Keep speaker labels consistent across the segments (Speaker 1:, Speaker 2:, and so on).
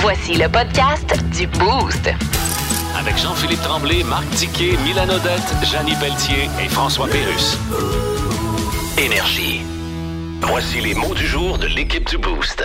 Speaker 1: Voici le podcast du Boost.
Speaker 2: Avec Jean-Philippe Tremblay, Marc Tiquet, Milan Odette, Janine Pelletier et François Pérus. Énergie. Voici les mots du jour de l'équipe du Boost.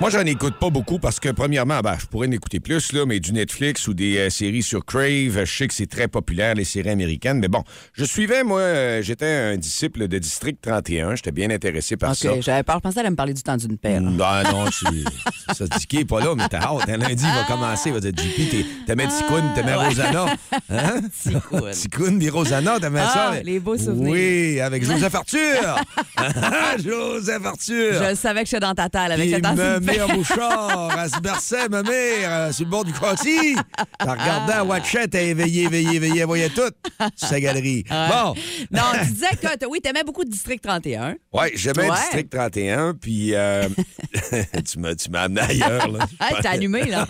Speaker 3: Moi, j'en écoute pas beaucoup parce que, premièrement, ben, je pourrais en écouter plus, là, mais du Netflix ou des euh, séries sur Crave, je sais que c'est très populaire, les séries américaines. Mais bon, je suivais, moi, euh, j'étais un disciple de District 31. J'étais bien intéressé par ça.
Speaker 4: OK, j'avais peur. Je pensais qu'elle allait me parler du temps d'une paire.
Speaker 3: Ben non, je suis. Ça, Tiki est pas là, mais t'as hâte. hein. Lundi,
Speaker 4: Ah.
Speaker 3: il va commencer. Il va dire JP, t'es- t'aimais Ticoun, t'aimais Rosanna. Hein?
Speaker 4: Ticoun.
Speaker 3: Ticoun puis Rosanna, t'aimais ça.
Speaker 4: Ah,
Speaker 3: mais-
Speaker 4: les beaux souvenirs.
Speaker 3: Oui, avec Joseph Arthur. Joseph Arthur.
Speaker 4: Je le savais que j'étais dans ta table avec
Speaker 3: Puis
Speaker 4: le temps
Speaker 3: ma
Speaker 4: d'une paire.
Speaker 3: mère Bouchard, elle se berçait, ma mère, euh, sur le bord du croissy. Elle regardait,
Speaker 4: Ah.
Speaker 3: elle watchait, elle éveillée, éveillée, éveillée, elle voyait tout sur sa galerie. Bon.
Speaker 4: Non, tu disais que t- oui, t'aimais beaucoup District 31.
Speaker 3: Oui, j'aimais
Speaker 4: Ouais.
Speaker 3: District 31, puis euh, tu m'as tu m'as amené ailleurs. Là.
Speaker 4: Ah, t'es allumé, là.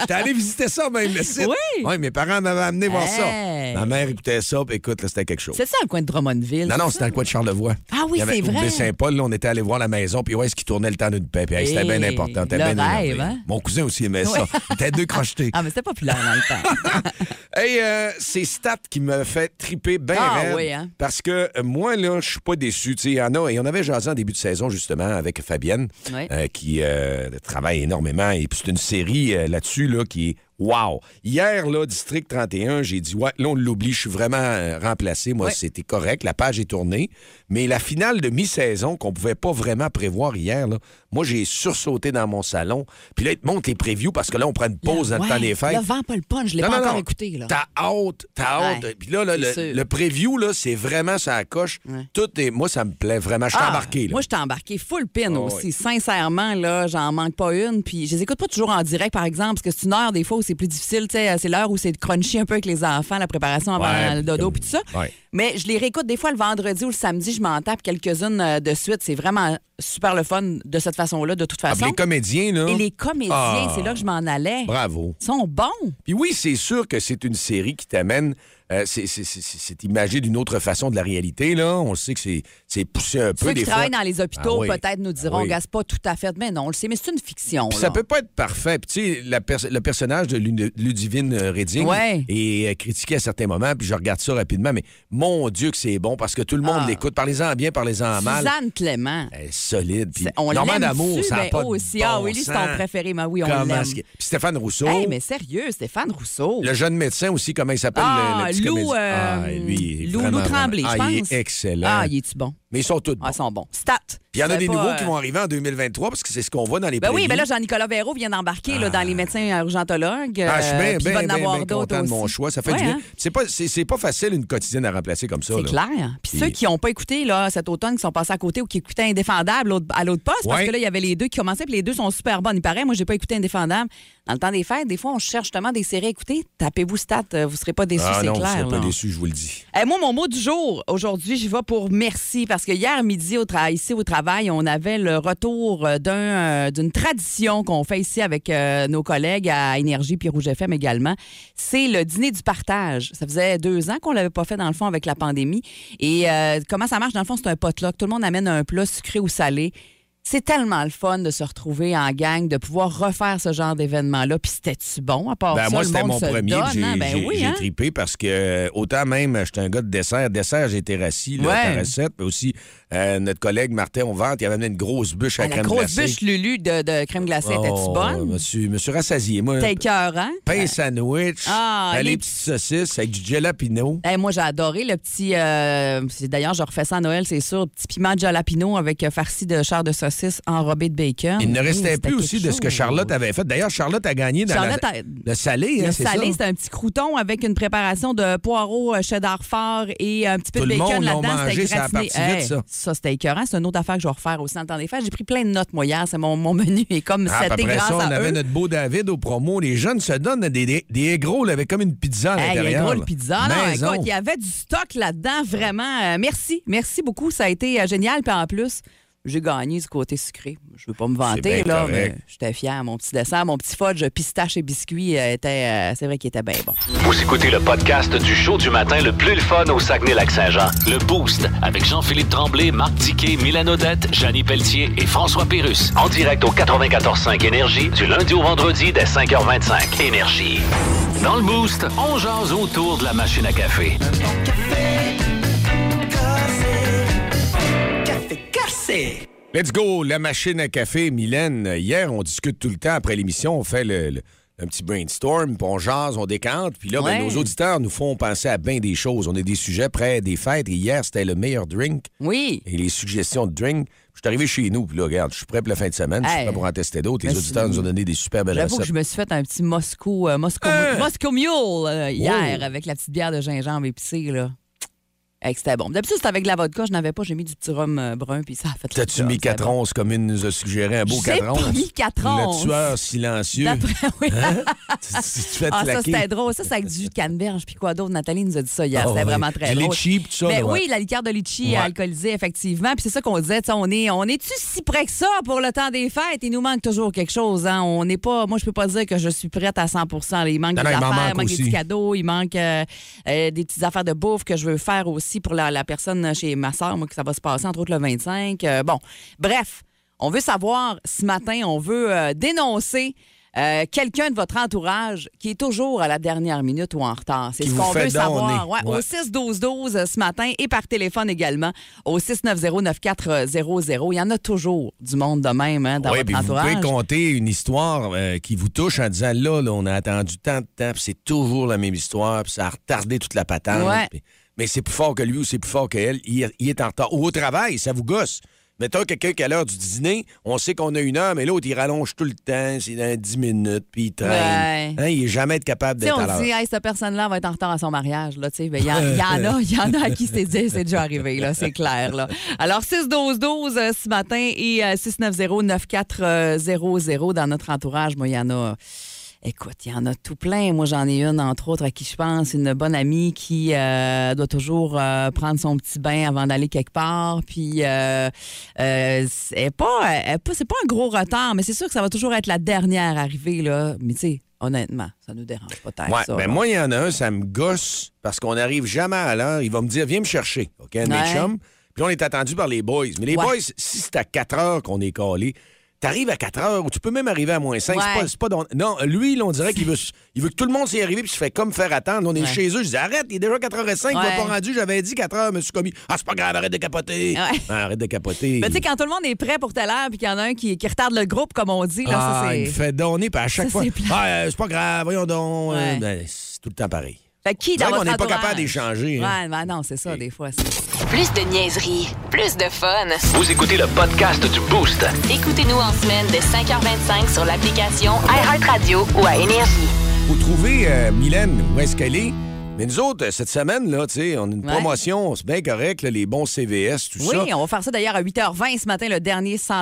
Speaker 3: J'étais allé visiter ça, même le site.
Speaker 4: Oui.
Speaker 3: Oui, mes parents m'avaient amené voir
Speaker 4: Hey.
Speaker 3: ça. Ma mère écoutait ça, puis écoute, là, c'était quelque chose.
Speaker 4: C'est ça, le coin de Drummondville.
Speaker 3: Non, non, c'était dans le coin de Charlevoix.
Speaker 4: Ah oui,
Speaker 3: Il y avait
Speaker 4: c'est vrai.
Speaker 3: Oubé Saint-Paul, là, on était allé voir la maison, puis ouais, est-ce qu'il tournait le temps d'une paix. Puis, hey, c'était
Speaker 4: Hey,
Speaker 3: bien important. c'était
Speaker 4: Eh, le
Speaker 3: bien
Speaker 4: rêve,
Speaker 3: énervé.
Speaker 4: hein?
Speaker 3: Mon cousin aussi aimait ça. Il était deux crochetés.
Speaker 4: Ah, mais c'était populaire dans le temps.
Speaker 3: Hey, euh, c'est Stat qui me fait triper bien
Speaker 4: Ah, oui, hein?
Speaker 3: Parce que euh, moi, là, je suis pas déçu. Tu sais, il y en a, et on avait jasé en début de saison, justement, avec Fabienne,
Speaker 4: Oui.
Speaker 3: euh, qui euh, travaille énormément. Et puis, c'est une série euh, là-dessus, là, qui est wow. Hier, là, District 31, j'ai dit, ouais, là, on l'oublie, je suis vraiment euh, remplacé. Moi,
Speaker 4: Oui.
Speaker 3: c'était correct. La page est tournée. Mais la finale de mi-saison qu'on pouvait pas vraiment prévoir hier, là, moi, j'ai sursauté dans mon salon. Puis là, il te montre les previews parce que là, on prend une pause dans le temps des fêtes.
Speaker 4: Le vent, pas le punch. Je l'ai
Speaker 3: Non,
Speaker 4: pas
Speaker 3: non,
Speaker 4: encore
Speaker 3: non.
Speaker 4: écouté, là.
Speaker 3: T'as hâte, t'as
Speaker 4: Ouais.
Speaker 3: hâte. Puis là, là,
Speaker 4: C'est
Speaker 3: le,
Speaker 4: sûr.
Speaker 3: le preview, là, c'est vraiment ça coche.
Speaker 4: Ouais.
Speaker 3: Tout est. Moi, ça me plaît vraiment. Je suis
Speaker 4: Ah,
Speaker 3: embarqué. Là.
Speaker 4: Moi, je t'ai embarqué full pin
Speaker 3: Ah,
Speaker 4: aussi.
Speaker 3: oui.
Speaker 4: Sincèrement, là, j'en manque pas une. Puis je les écoute pas toujours en direct, par exemple, parce que c'est une heure des fois où c'est plus difficile. tu sais, euh, C'est l'heure où c'est de crunchy un peu avec les enfants, la préparation avant
Speaker 3: Ouais,
Speaker 4: le dodo,
Speaker 3: comme-
Speaker 4: puis tout ça.
Speaker 3: ouais.
Speaker 4: Mais je les réécoute des fois le vendredi ou le samedi, je m'en tape quelques-unes euh, de suite. C'est vraiment super le fun de cette façon-là, de toute
Speaker 3: Ah,
Speaker 4: façon.
Speaker 3: les comédiens, là.
Speaker 4: Et les comédiens,
Speaker 3: Ah.
Speaker 4: c'est là que je m'en allais.
Speaker 3: Bravo.
Speaker 4: Ils sont bons.
Speaker 3: Puis oui, c'est sûr que c'est une série qui t'amène. euh, c'est- c'est- c'est c'est imagé d'une autre façon de la réalité, là. On le sait que c'est- c'est poussé un peu
Speaker 4: Ceux
Speaker 3: des
Speaker 4: qui
Speaker 3: fois.
Speaker 4: travaillent dans les hôpitaux,
Speaker 3: Ah oui.
Speaker 4: peut-être nous diront,
Speaker 3: Ah oui.
Speaker 4: Gasse, pas tout à fait. Mais non, on le sait, mais c'est une fiction.
Speaker 3: Puis
Speaker 4: là.
Speaker 3: ça peut pas être parfait. Puis tu sais, la pers- le personnage de Lune- Ludivine euh, Redding
Speaker 4: Ouais.
Speaker 3: est euh, critiqué à certains moments, puis je regarde ça rapidement, mais mon Dieu que c'est bon, parce que tout le monde
Speaker 4: Ah.
Speaker 3: l'écoute. Parlez-en bien, parlez-en mal.
Speaker 4: Suzanne Clément.
Speaker 3: Elle est solide. Puis
Speaker 4: C'est- On
Speaker 3: Normand
Speaker 4: l'aime
Speaker 3: d'amour,
Speaker 4: dessus,
Speaker 3: ça n'a
Speaker 4: ben,
Speaker 3: pas de
Speaker 4: aussi.
Speaker 3: bon
Speaker 4: ah oui, lui, c'est ton
Speaker 3: sens.
Speaker 4: préféré, mais oui, on
Speaker 3: Comment
Speaker 4: l'aime.
Speaker 3: est-ce que- Puis Stéphane Rousseau.
Speaker 4: Hey, mais sérieux, Stéphane Rousseau.
Speaker 3: Le jeune médecin aussi, comment il s'appelle
Speaker 4: Ah,
Speaker 3: le, le petit
Speaker 4: Lou,
Speaker 3: comédien?
Speaker 4: euh,
Speaker 3: Ah, lui, il est
Speaker 4: Lou-
Speaker 3: vraiment,
Speaker 4: Lou Tremblay,
Speaker 3: vraiment-
Speaker 4: je
Speaker 3: Ah, il
Speaker 4: pense.
Speaker 3: est excellent.
Speaker 4: Ah, il est-tu bon?
Speaker 3: Mais ils sont tous bons.
Speaker 4: Ah, ils sont bons. Stat.
Speaker 3: Puis il y en a
Speaker 4: Je
Speaker 3: des
Speaker 4: savais pas,
Speaker 3: nouveaux
Speaker 4: euh,
Speaker 3: qui vont arriver en 2023 parce que c'est ce qu'on voit dans les
Speaker 4: Ben oui,
Speaker 3: previews.
Speaker 4: ben là, Jean-Nicolas Véro vient d'embarquer là, dans les médecins urgentologues.
Speaker 3: Ah, je suis
Speaker 4: euh,
Speaker 3: bien,
Speaker 4: puis il
Speaker 3: bien,
Speaker 4: va en
Speaker 3: bien,
Speaker 4: avoir
Speaker 3: bien
Speaker 4: d'autres
Speaker 3: content de mon
Speaker 4: aussi.
Speaker 3: choix. Ça fait
Speaker 4: Ouais,
Speaker 3: du bien.
Speaker 4: hein?
Speaker 3: C'est pas, c'est, c'est pas facile une quotidienne à remplacer comme ça.
Speaker 4: C'est
Speaker 3: là.
Speaker 4: clair. Puis
Speaker 3: Puis-
Speaker 4: ceux qui n'ont pas écouté là, cet automne, qui sont passés à côté ou qui écoutaient Indéfendable l'autre- à l'autre poste, parce
Speaker 3: Ouais.
Speaker 4: que là, il y avait les deux qui commençaient, puis les deux sont super bonnes. Il paraît, moi, j'ai pas écouté Indéfendable. Dans le temps des fêtes, des fois, on cherche justement des séries à écouter. Tapez-vous Stat, euh, vous serez pas déçus,
Speaker 3: Ah
Speaker 4: c'est
Speaker 3: non,
Speaker 4: clair.
Speaker 3: je suis
Speaker 4: là.
Speaker 3: pas déçu, je vous le dis.
Speaker 4: Eh, moi, mon mot du jour, aujourd'hui, j'y vais pour merci parce que hier midi, au tra- ici au travail, on avait le retour euh, d'un, euh, d'une tradition qu'on fait ici avec euh, nos collègues à Énergie puis Rouge FM également. C'est le dîner du partage. Ça faisait deux ans qu'on l'avait pas fait, dans le fond, avec la pandémie. Et euh, comment ça marche? Dans le fond, c'est un potluck. Tout le monde amène un plat sucré ou salé. C'est tellement le fun de se retrouver en gang, de pouvoir refaire ce genre d'événement-là. Puis c'était-tu bon? À part
Speaker 3: Ben,
Speaker 4: ça,
Speaker 3: moi,
Speaker 4: le
Speaker 3: c'était
Speaker 4: monde
Speaker 3: mon
Speaker 4: se
Speaker 3: premier.
Speaker 4: donne,
Speaker 3: puis J'ai
Speaker 4: hein? Ben
Speaker 3: j'ai-
Speaker 4: oui,
Speaker 3: j'ai
Speaker 4: hein?
Speaker 3: trippé parce que, euh, autant même, j'étais un gars de dessert. Dessert, j'ai terrassis, là,
Speaker 4: Ouais.
Speaker 3: ta recette. Mais aussi, euh, notre collègue Martin Onvente, il avait amené une grosse bûche à
Speaker 4: Ah, la
Speaker 3: crème
Speaker 4: grosse
Speaker 3: glacée.
Speaker 4: bûche Lulu de, de crème glacée, était tu
Speaker 3: Oh,
Speaker 4: bonne?
Speaker 3: Monsieur, monsieur rassasié, moi.
Speaker 4: T'es écœurant.
Speaker 3: Pain sandwich,
Speaker 4: Ah,
Speaker 3: euh, les...
Speaker 4: les-
Speaker 3: petites saucisses avec du jalapeno.
Speaker 4: Eh, moi, j'ai adoré le petit. euh, c'est- D'ailleurs, je refais ça à Noël, c'est sûr. Petit piment de jalapino avec euh, farci de chair de saucisse enrobée de bacon.
Speaker 3: Il ne
Speaker 4: Hey,
Speaker 3: restait
Speaker 4: Ah c'était
Speaker 3: plus
Speaker 4: quelque
Speaker 3: aussi de ce que
Speaker 4: chose.
Speaker 3: Charlotte avait fait. D'ailleurs, Charlotte a gagné dans la-
Speaker 4: Charlotte a-
Speaker 3: le salé, hein,
Speaker 4: Le
Speaker 3: c'est
Speaker 4: salé,
Speaker 3: ça?
Speaker 4: c'était un petit crouton avec une préparation de poireaux euh, cheddar fort et un petit peu
Speaker 3: Tout
Speaker 4: de
Speaker 3: le
Speaker 4: bacon
Speaker 3: monde l'a
Speaker 4: là-dedans.
Speaker 3: mangé,
Speaker 4: C'était
Speaker 3: ça a
Speaker 4: gratiné.
Speaker 3: parti vite, ça.
Speaker 4: Ça, c'était écœurant. C'est une autre affaire que je vais refaire aussi dans le temps des fêtes. J'ai pris plein de notes, moi, hier. C'est mon, mon menu. Et
Speaker 3: Ah,
Speaker 4: comme
Speaker 3: puis
Speaker 4: c'était
Speaker 3: après
Speaker 4: grâce
Speaker 3: ça, on
Speaker 4: à
Speaker 3: avait
Speaker 4: eux.
Speaker 3: notre beau David au promo. Les jeunes se donnent des, des, des egg rolls avec comme une pizza à
Speaker 4: Hey, il y a
Speaker 3: l'intérieur.
Speaker 4: une drôle
Speaker 3: là.
Speaker 4: pizza. Non,
Speaker 3: Maison.
Speaker 4: écoute, il y avait du stock là-dedans, vraiment. Euh, merci. Merci beaucoup. Ça a été euh, génial. Puis en plus, j'ai gagné du côté sucré. Je veux pas me vanter,
Speaker 3: bien
Speaker 4: là,
Speaker 3: correct.
Speaker 4: mais j'étais fière. Mon petit dessert, mon petit fudge, pistache et biscuits, euh, était, euh, c'est vrai qu'il était bien bon.
Speaker 2: Vous écoutez le podcast du show du matin le plus le fun au Saguenay-Lac-Saint-Jean. Le Boost avec Jean-Philippe Tremblay, Marc Tiquet, Milan Odette, Janine Pelletier et François Pérus. En direct au 94.5 Énergie du lundi au vendredi dès 5h25. Énergie. Dans le Boost, on jase autour de la machine à café.
Speaker 5: Let's go, la machine à café, Mylène. Hier, on discute tout le temps après l'émission, on fait le, le- un petit brainstorm, puis on jase, on décante, puis là, ben,
Speaker 4: Ouais.
Speaker 5: nos auditeurs nous font penser à bien des choses. On a des sujets près des fêtes, et hier, c'était le meilleur drink
Speaker 4: Oui.
Speaker 5: et les suggestions de drink. Je suis arrivé chez nous, puis là, regarde, je suis prêt pour la fin de semaine, je suis
Speaker 4: Hey.
Speaker 5: prêt pour en tester d'autres. Les
Speaker 4: Mais
Speaker 5: auditeurs
Speaker 4: c'est-
Speaker 5: nous ont donné des super belles
Speaker 4: J'avoue que
Speaker 5: recettes.
Speaker 4: je me suis fait un petit Moscou, euh, Moscou, Moscou Mule euh,
Speaker 5: Oh.
Speaker 4: hier avec la petite bière de gingembre épicée, là. Hey, que c'était bon. D'habitude, c'était avec de la vodka. Je n'avais pas. J'ai mis du petit rhum euh, brun, puis ça a fait le
Speaker 5: T'as-tu
Speaker 4: job,
Speaker 5: mis
Speaker 4: c'était
Speaker 5: quatre
Speaker 4: bon.
Speaker 5: onces comme une nous a suggéré un beau
Speaker 4: J'ai
Speaker 5: quatre
Speaker 4: pas
Speaker 5: onces?
Speaker 4: mis quatre onces.
Speaker 5: Le tueur silencieux.
Speaker 4: D'après, oui.
Speaker 5: Si tu fais
Speaker 4: Ah, ça,
Speaker 5: claquer.
Speaker 4: c'était drôle. Ça, c'est avec du jus de canneberge. Puis quoi d'autre? Nathalie nous a dit ça hier.
Speaker 3: Ah
Speaker 4: c'était
Speaker 3: ouais.
Speaker 4: vraiment très
Speaker 3: Du
Speaker 4: drôle.
Speaker 3: litchi, puis tout ça,
Speaker 4: Mais
Speaker 3: là, ouais.
Speaker 4: oui, la liqueur de litchi
Speaker 3: Ouais.
Speaker 4: alcoolisée, effectivement. Puis c'est ça qu'on disait. tu sais, On est, on est-tu si près que ça pour le temps des fêtes? Il nous manque toujours quelque chose. hein. On n'est pas. Moi, je peux pas dire que je suis prête à 100 là. Il manque
Speaker 3: Non,
Speaker 4: des
Speaker 3: non, il m'en
Speaker 4: affaires, il
Speaker 3: manque
Speaker 4: manque des
Speaker 3: aussi.
Speaker 4: petits cadeaux, il manque euh, euh, des petites affaires de bouffe que je veux faire aussi pour la, la personne chez ma soeur, moi, que ça va se passer, entre autres le 25. Euh, bon, bref, on veut savoir ce matin, on veut euh, dénoncer. euh, quelqu'un de votre entourage qui est toujours à la dernière minute ou en retard. C'est
Speaker 3: Qui
Speaker 4: ce
Speaker 3: vous
Speaker 4: qu'on
Speaker 3: fait
Speaker 4: veut savoir.
Speaker 3: donner.
Speaker 4: Ouais, Au
Speaker 3: Ouais.
Speaker 4: 6-12-12 euh, ce matin et par téléphone également au 690-9400. Il y en a toujours du monde de même hein, dans
Speaker 3: Oui, puis
Speaker 4: votre
Speaker 3: vous pouvez
Speaker 4: entourage.
Speaker 3: compter une histoire euh, qui vous touche en disant là, là, on a attendu tant de temps, puis c'est toujours la même histoire, puis ça a retardé toute la patente.
Speaker 4: Ouais.
Speaker 3: puis- mais c'est plus fort que lui ou c'est plus fort qu'elle, il, il est en retard. Ou au travail, ça vous gosse. Mettons quelqu'un qui, à l'heure du dîner, on sait qu'on a une heure, mais l'autre, il rallonge tout le temps, c'est dans 10 minutes, puis il traîne.
Speaker 4: Ouais.
Speaker 3: Hein, il est jamais capable
Speaker 4: Tu sais,
Speaker 3: d'être à
Speaker 4: on dit,
Speaker 3: l'heure.
Speaker 4: hey, cette personne-là va être en retard à son mariage. là, tu sais, ben, Il y, en- il y en a, il y en a à qui c'est déjà, c'est déjà arrivé, là, c'est clair. Là. Alors, 6-12-12 euh, ce matin et euh, 690-9400 euh, dans notre entourage. Moi, il y en a. Écoute, il y en a tout plein. Moi, j'en ai une, entre autres, à qui je pense, une bonne amie qui euh, doit toujours euh, prendre son petit bain avant d'aller quelque part. Puis, euh, euh, c'est pas, elle est pas- c'est pas un gros retard, mais c'est sûr que ça va toujours être la dernière arrivée, là. Mais tu sais, honnêtement, ça nous dérange pas tant que
Speaker 3: Ouais,
Speaker 4: ça.
Speaker 3: ben
Speaker 4: là.
Speaker 3: moi, il y en a un, ça me gosse parce qu'on n'arrive jamais à l'heure. Il va me dire, viens me chercher, OK, un de mes
Speaker 4: Ouais.
Speaker 3: chums. Puis on est attendu par les boys. Mais les
Speaker 4: Ouais.
Speaker 3: boys, si c'est à 4 heures qu'on est calé, t'arrives à 4 heures ou tu peux même arriver à moins 5.
Speaker 4: Ouais.
Speaker 3: C'est pas, c'est pas don- Non, lui, là, on dirait qu'il veut, il veut que tout le monde s'y arrive puis se fait comme faire attendre. On est
Speaker 4: Ouais.
Speaker 3: chez eux, je dis, arrête, il est déjà 4h05, il
Speaker 4: Ouais.
Speaker 3: m'a pas rendu, j'avais dit 4 heures, monsieur commis. Ah, c'est pas grave, arrête de capoter.
Speaker 4: Ouais.
Speaker 3: Ah, arrête de capoter.
Speaker 4: Mais tu sais, quand tout le monde est prêt pour telle heure, puis qu'il y en a un qui, qui retarde le groupe, comme on dit, là,
Speaker 3: ah,
Speaker 4: ça,
Speaker 3: il me
Speaker 4: c'est.
Speaker 3: fait donner, puis à chaque
Speaker 4: Ça,
Speaker 3: fois,
Speaker 4: c'est plate.
Speaker 3: ah, euh, c'est pas grave, voyons donc. Euh,
Speaker 4: Ouais.
Speaker 3: ben, c'est tout le temps pareil.
Speaker 4: Fait que qui
Speaker 3: C'est
Speaker 4: dans
Speaker 3: vrai qu'on
Speaker 4: votre
Speaker 3: n'est pas
Speaker 4: entourage?
Speaker 3: capable d'échanger. hein.
Speaker 4: Ouais, ben non, c'est ça, des fois. c'est-
Speaker 1: Plus de niaiserie, plus de fun.
Speaker 2: Vous écoutez le podcast du Boost.
Speaker 1: Écoutez-nous en semaine de 5h25 sur l'application iHeartRadio ou à Énergie.
Speaker 3: Vous trouvez euh, Mylène, où est-ce qu'elle est? Mais nous autres, euh, cette semaine, là, tu sais, on a une
Speaker 4: Ouais.
Speaker 3: promotion, c'est bien correct, là, les bons CVS, tout
Speaker 4: Oui,
Speaker 3: ça.
Speaker 4: on va faire ça d'ailleurs à 8h20 ce matin, le dernier 100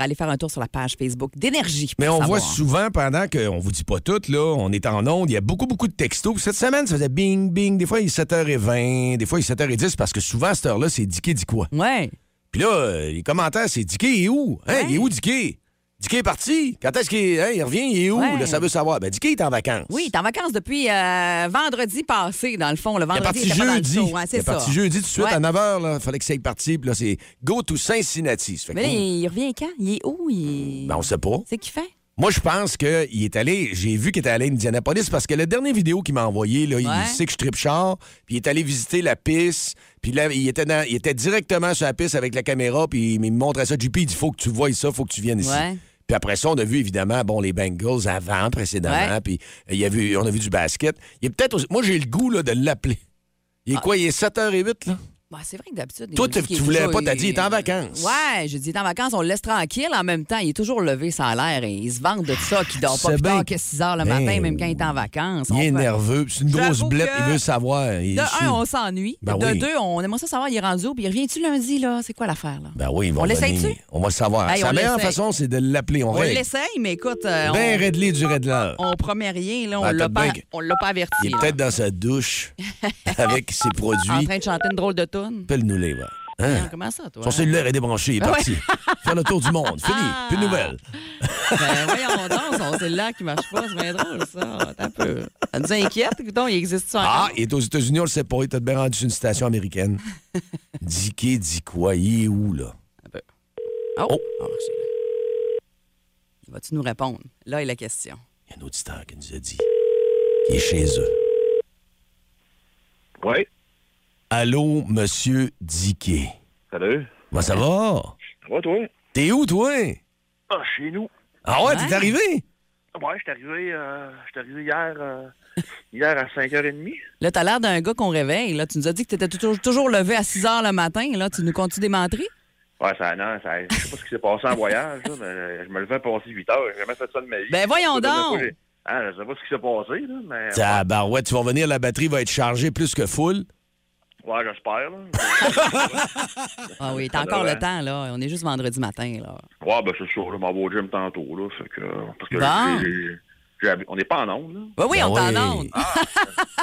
Speaker 4: Allez faire un tour sur la page Facebook d'Énergie. pour
Speaker 3: Mais on voit
Speaker 4: savoir.
Speaker 3: souvent, pendant qu'on vous dit pas tout, là, on est en onde, il y a beaucoup, beaucoup de textos. Puis Cette semaine, ça faisait bing, bing. Des fois, il est 7h20, des fois, il est 7h10, parce que souvent, à cette heure-là, c'est Dicky dit quoi.
Speaker 4: Ouais.
Speaker 3: Puis là, euh, les commentaires, c'est Dicky, il est où? Hein, il est où, Dicky? Dicky est parti? Quand est-ce qu'il hein, il revient? Il est où?
Speaker 4: Ouais.
Speaker 3: Là, ça veut savoir. Ben, Dicky est en vacances.
Speaker 4: Oui, t'es en vacances depuis euh, vendredi passé, dans le fond. Le
Speaker 3: Il est
Speaker 4: vendredi,
Speaker 3: parti
Speaker 4: était pas dans le
Speaker 3: jeudi.
Speaker 4: show, hein,
Speaker 3: il
Speaker 4: c'est
Speaker 3: est
Speaker 4: ça.
Speaker 3: parti jeudi tout de suite
Speaker 4: Ouais.
Speaker 3: à 9 h. Là. fallait que ça aille parti. Puis là, c'est go to Cincinnati. Ça fait
Speaker 4: Mais là,
Speaker 3: que-
Speaker 4: il revient quand? Il est où? Il...
Speaker 3: Ben, on sait pas.
Speaker 4: C'est qui fait?
Speaker 3: Moi, je pense qu'il est allé. J'ai vu qu'il était allé à Indianapolis parce que la dernière vidéo qu'il m'a envoyée, là,
Speaker 4: Ouais.
Speaker 3: il sait que je tripe char. Puis il est allé visiter la piste. Puis là, il était, dans- il était directement sur la piste avec la caméra. Puis il me montrait ça. JP, il dit faut que tu vois ça, faut que tu viennes ici.
Speaker 4: Ouais.
Speaker 3: Puis après ça, on a vu évidemment bon, les Bengals avant, précédemment.
Speaker 4: Ouais.
Speaker 3: Puis euh, il y a vu,
Speaker 4: Ah.
Speaker 3: on a vu du basket. Il est peut-être. aussi- Moi, j'ai le goût là, de l'appeler. Il est quoi Il est 7h08, là
Speaker 4: Bah, c'est vrai que d'habitude. il
Speaker 3: Toi,
Speaker 4: me dit
Speaker 3: tu-
Speaker 4: qu'il
Speaker 3: tu
Speaker 4: est
Speaker 3: voulais
Speaker 4: toujours-
Speaker 3: pas, t'as dit, il est en vacances.
Speaker 4: Ouais, j'ai dit, il est en vacances, on le laisse tranquille. En même temps, il est toujours levé sans l'air et il se vante de ça, qu'il dort
Speaker 3: Tu
Speaker 4: pas
Speaker 3: sais
Speaker 4: plus
Speaker 3: bien
Speaker 4: tard que 6 heures le
Speaker 3: Ben,
Speaker 4: matin, même quand il est en vacances.
Speaker 3: Il
Speaker 4: On
Speaker 3: est
Speaker 4: peut-
Speaker 3: nerveux. C'est une grosse
Speaker 4: J'avoue
Speaker 3: blette.
Speaker 4: que-
Speaker 3: Il veut savoir. Il
Speaker 4: De
Speaker 3: suit.
Speaker 4: un, on s'ennuie.
Speaker 3: Ben
Speaker 4: de
Speaker 3: oui.
Speaker 4: deux, on aimerait ça savoir, il est rendu où, puis il revient-tu lundi, là? C'est quoi l'affaire, là?
Speaker 3: Ben oui, il va
Speaker 4: On
Speaker 3: venir.
Speaker 4: l'essaye-tu?
Speaker 3: On va le savoir.
Speaker 4: Hey, on
Speaker 3: Sa meilleure
Speaker 4: l'essaye.
Speaker 3: façon, c'est de l'appeler. On,
Speaker 4: On
Speaker 3: règle.
Speaker 4: l'essaye, mais écoute, euh,
Speaker 3: Ben
Speaker 4: on-
Speaker 3: Redley du Redland.
Speaker 4: on, promet rien, là. On
Speaker 3: Ben,
Speaker 4: l'a
Speaker 3: t'as
Speaker 4: pas,
Speaker 3: bien-
Speaker 4: on l'a pas averti.
Speaker 3: Il est
Speaker 4: là.
Speaker 3: peut-être dans sa douche avec ses
Speaker 4: en
Speaker 3: produits.
Speaker 4: train de chanter une drôle de toune.
Speaker 3: Appelle-nous les, ouais. Hein?
Speaker 4: Comment ça, toi?
Speaker 3: Son cellulaire est débranché, il est parti. Faire le tour du monde. Fini.
Speaker 4: Ah.
Speaker 3: Plus de nouvelles.
Speaker 4: Ben voyons donc, son cellulaire qui marche pas, c'est bien drôle, ça. Attends un peu. Ça nous inquiète, écoutons, il existe ça
Speaker 3: Ah,
Speaker 4: encore?
Speaker 3: il est aux États-Unis, on le sait pas. Il t'a bien rendu sur une station américaine. Dis qui, dis quoi, il est où, là?
Speaker 4: Oh! Ah, c'est- Vas-tu nous répondre? Là est la question.
Speaker 3: Il y a un auditeur qui nous a dit qu'il est chez eux.
Speaker 6: Oui,
Speaker 3: Allô, monsieur Diquet.
Speaker 6: salut.
Speaker 3: Comment ça va?
Speaker 6: Ça va, toi?
Speaker 3: T'es où, toi?
Speaker 6: Ah, chez nous.
Speaker 3: Ah ouais,
Speaker 4: Ouais.
Speaker 3: t'es arrivé?
Speaker 6: Ouais, je suis arrivé, euh, je suis arrivé hier, euh, hier à 5h30.
Speaker 4: Là, t'as l'air d'un gars qu'on réveille. Là, tu nous as dit que t'étais toujours, toujours levé à 6 heures le matin. Là, tu nous comptes-tu des menteries?
Speaker 6: Ouais, ça, non, ça, je sais pas ce qui s'est passé en voyage, là, mais euh, je me levais passer 8 heures. J'ai jamais fait ça de ma vie.
Speaker 4: Ben, voyons
Speaker 6: Je sais pas,
Speaker 4: donc.
Speaker 6: j'ai- Ah, je sais pas ce qui s'est passé, là, mais.
Speaker 3: Ah, bah ouais, tu vas venir, la batterie va être chargée plus que full.
Speaker 6: Ouais, j'espère, là.
Speaker 4: Ah oui, t'as
Speaker 6: Ça
Speaker 4: encore
Speaker 6: doit,
Speaker 4: le temps, là. On est juste vendredi matin, là.
Speaker 6: Ouais, ben, c'est sûr, je m'en vais au gym tantôt, là. Fait que. euh, Parce que
Speaker 4: Bon.
Speaker 6: j'ai- j'ai- j'ai hab- on n'est pas en onde, là.
Speaker 4: Ben oui,
Speaker 3: Ben
Speaker 4: on est
Speaker 3: oui.
Speaker 4: en onde.
Speaker 6: Ah,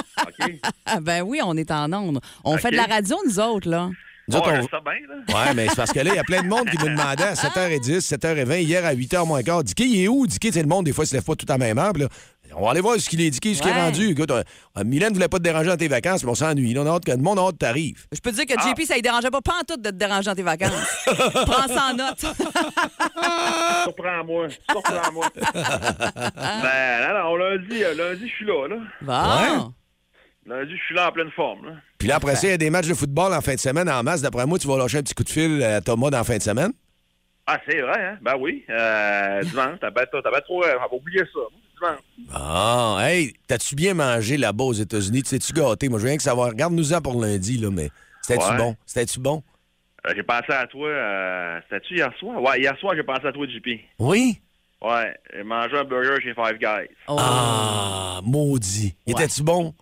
Speaker 6: OK?
Speaker 4: Ah, ben oui, on est en onde. On fait de la
Speaker 6: Ok.
Speaker 4: radio, nous autres, là.
Speaker 3: Nous autres,
Speaker 6: Ouais,
Speaker 3: on-
Speaker 6: je sais bien, là.
Speaker 3: Ouais, mais c'est parce que là, il y a plein de monde qui nous demandait à 7h10, 7h20, hier à 8h moins quart. Dicky, il est où? Dicky, tu sais, le monde, des fois, il se lève pas tout à la même heure. puis là, on va aller voir ce qu'il est Dicky, ce qu'il
Speaker 4: Ouais.
Speaker 3: est rendu. Écoute, euh, euh, Mylène voulait pas te déranger dans tes vacances, mais on s'ennuie. là. On a hâte que le monde a hâte que t'arrives.
Speaker 4: Je peux te dire
Speaker 6: Ah!
Speaker 4: que JP, ça ne dérangeait pas pantoute de te déranger dans tes vacances. Prends ça en note.
Speaker 6: Surprends-moi. Surprends-moi. ben, non, non, lundi, euh, lundi, je suis là, là.
Speaker 4: Bon.
Speaker 6: Lundi, je suis là en pleine forme, là.
Speaker 3: Puis là, après ça, il y a des matchs de football en fin de semaine en masse. D'après moi, tu vas lâcher un petit coup de fil à Thomas dans la fin de semaine.
Speaker 6: Ah, c'est vrai, hein? Ben oui. Euh, dimanche, t'as bien t'as bien trop. euh, On va oublier ça. Dimanche.
Speaker 3: Ah, hey, t'as-tu bien mangé là-bas aux États-Unis? Tu sais-tu gâté? Moi, je viens que savoir. Regarde-nous-en pour lundi, là, mais c'était-tu
Speaker 6: Ouais.
Speaker 3: bon? C'était-tu bon?
Speaker 6: Euh, j'ai pensé à toi. Euh, C'était-tu hier soir? Ouais, hier soir, j'ai pensé à toi, JP.
Speaker 3: Oui?
Speaker 6: Ouais, j'ai mangé un burger chez Five Guys.
Speaker 4: Oh.
Speaker 3: Ah, maudit. Était-tu bon?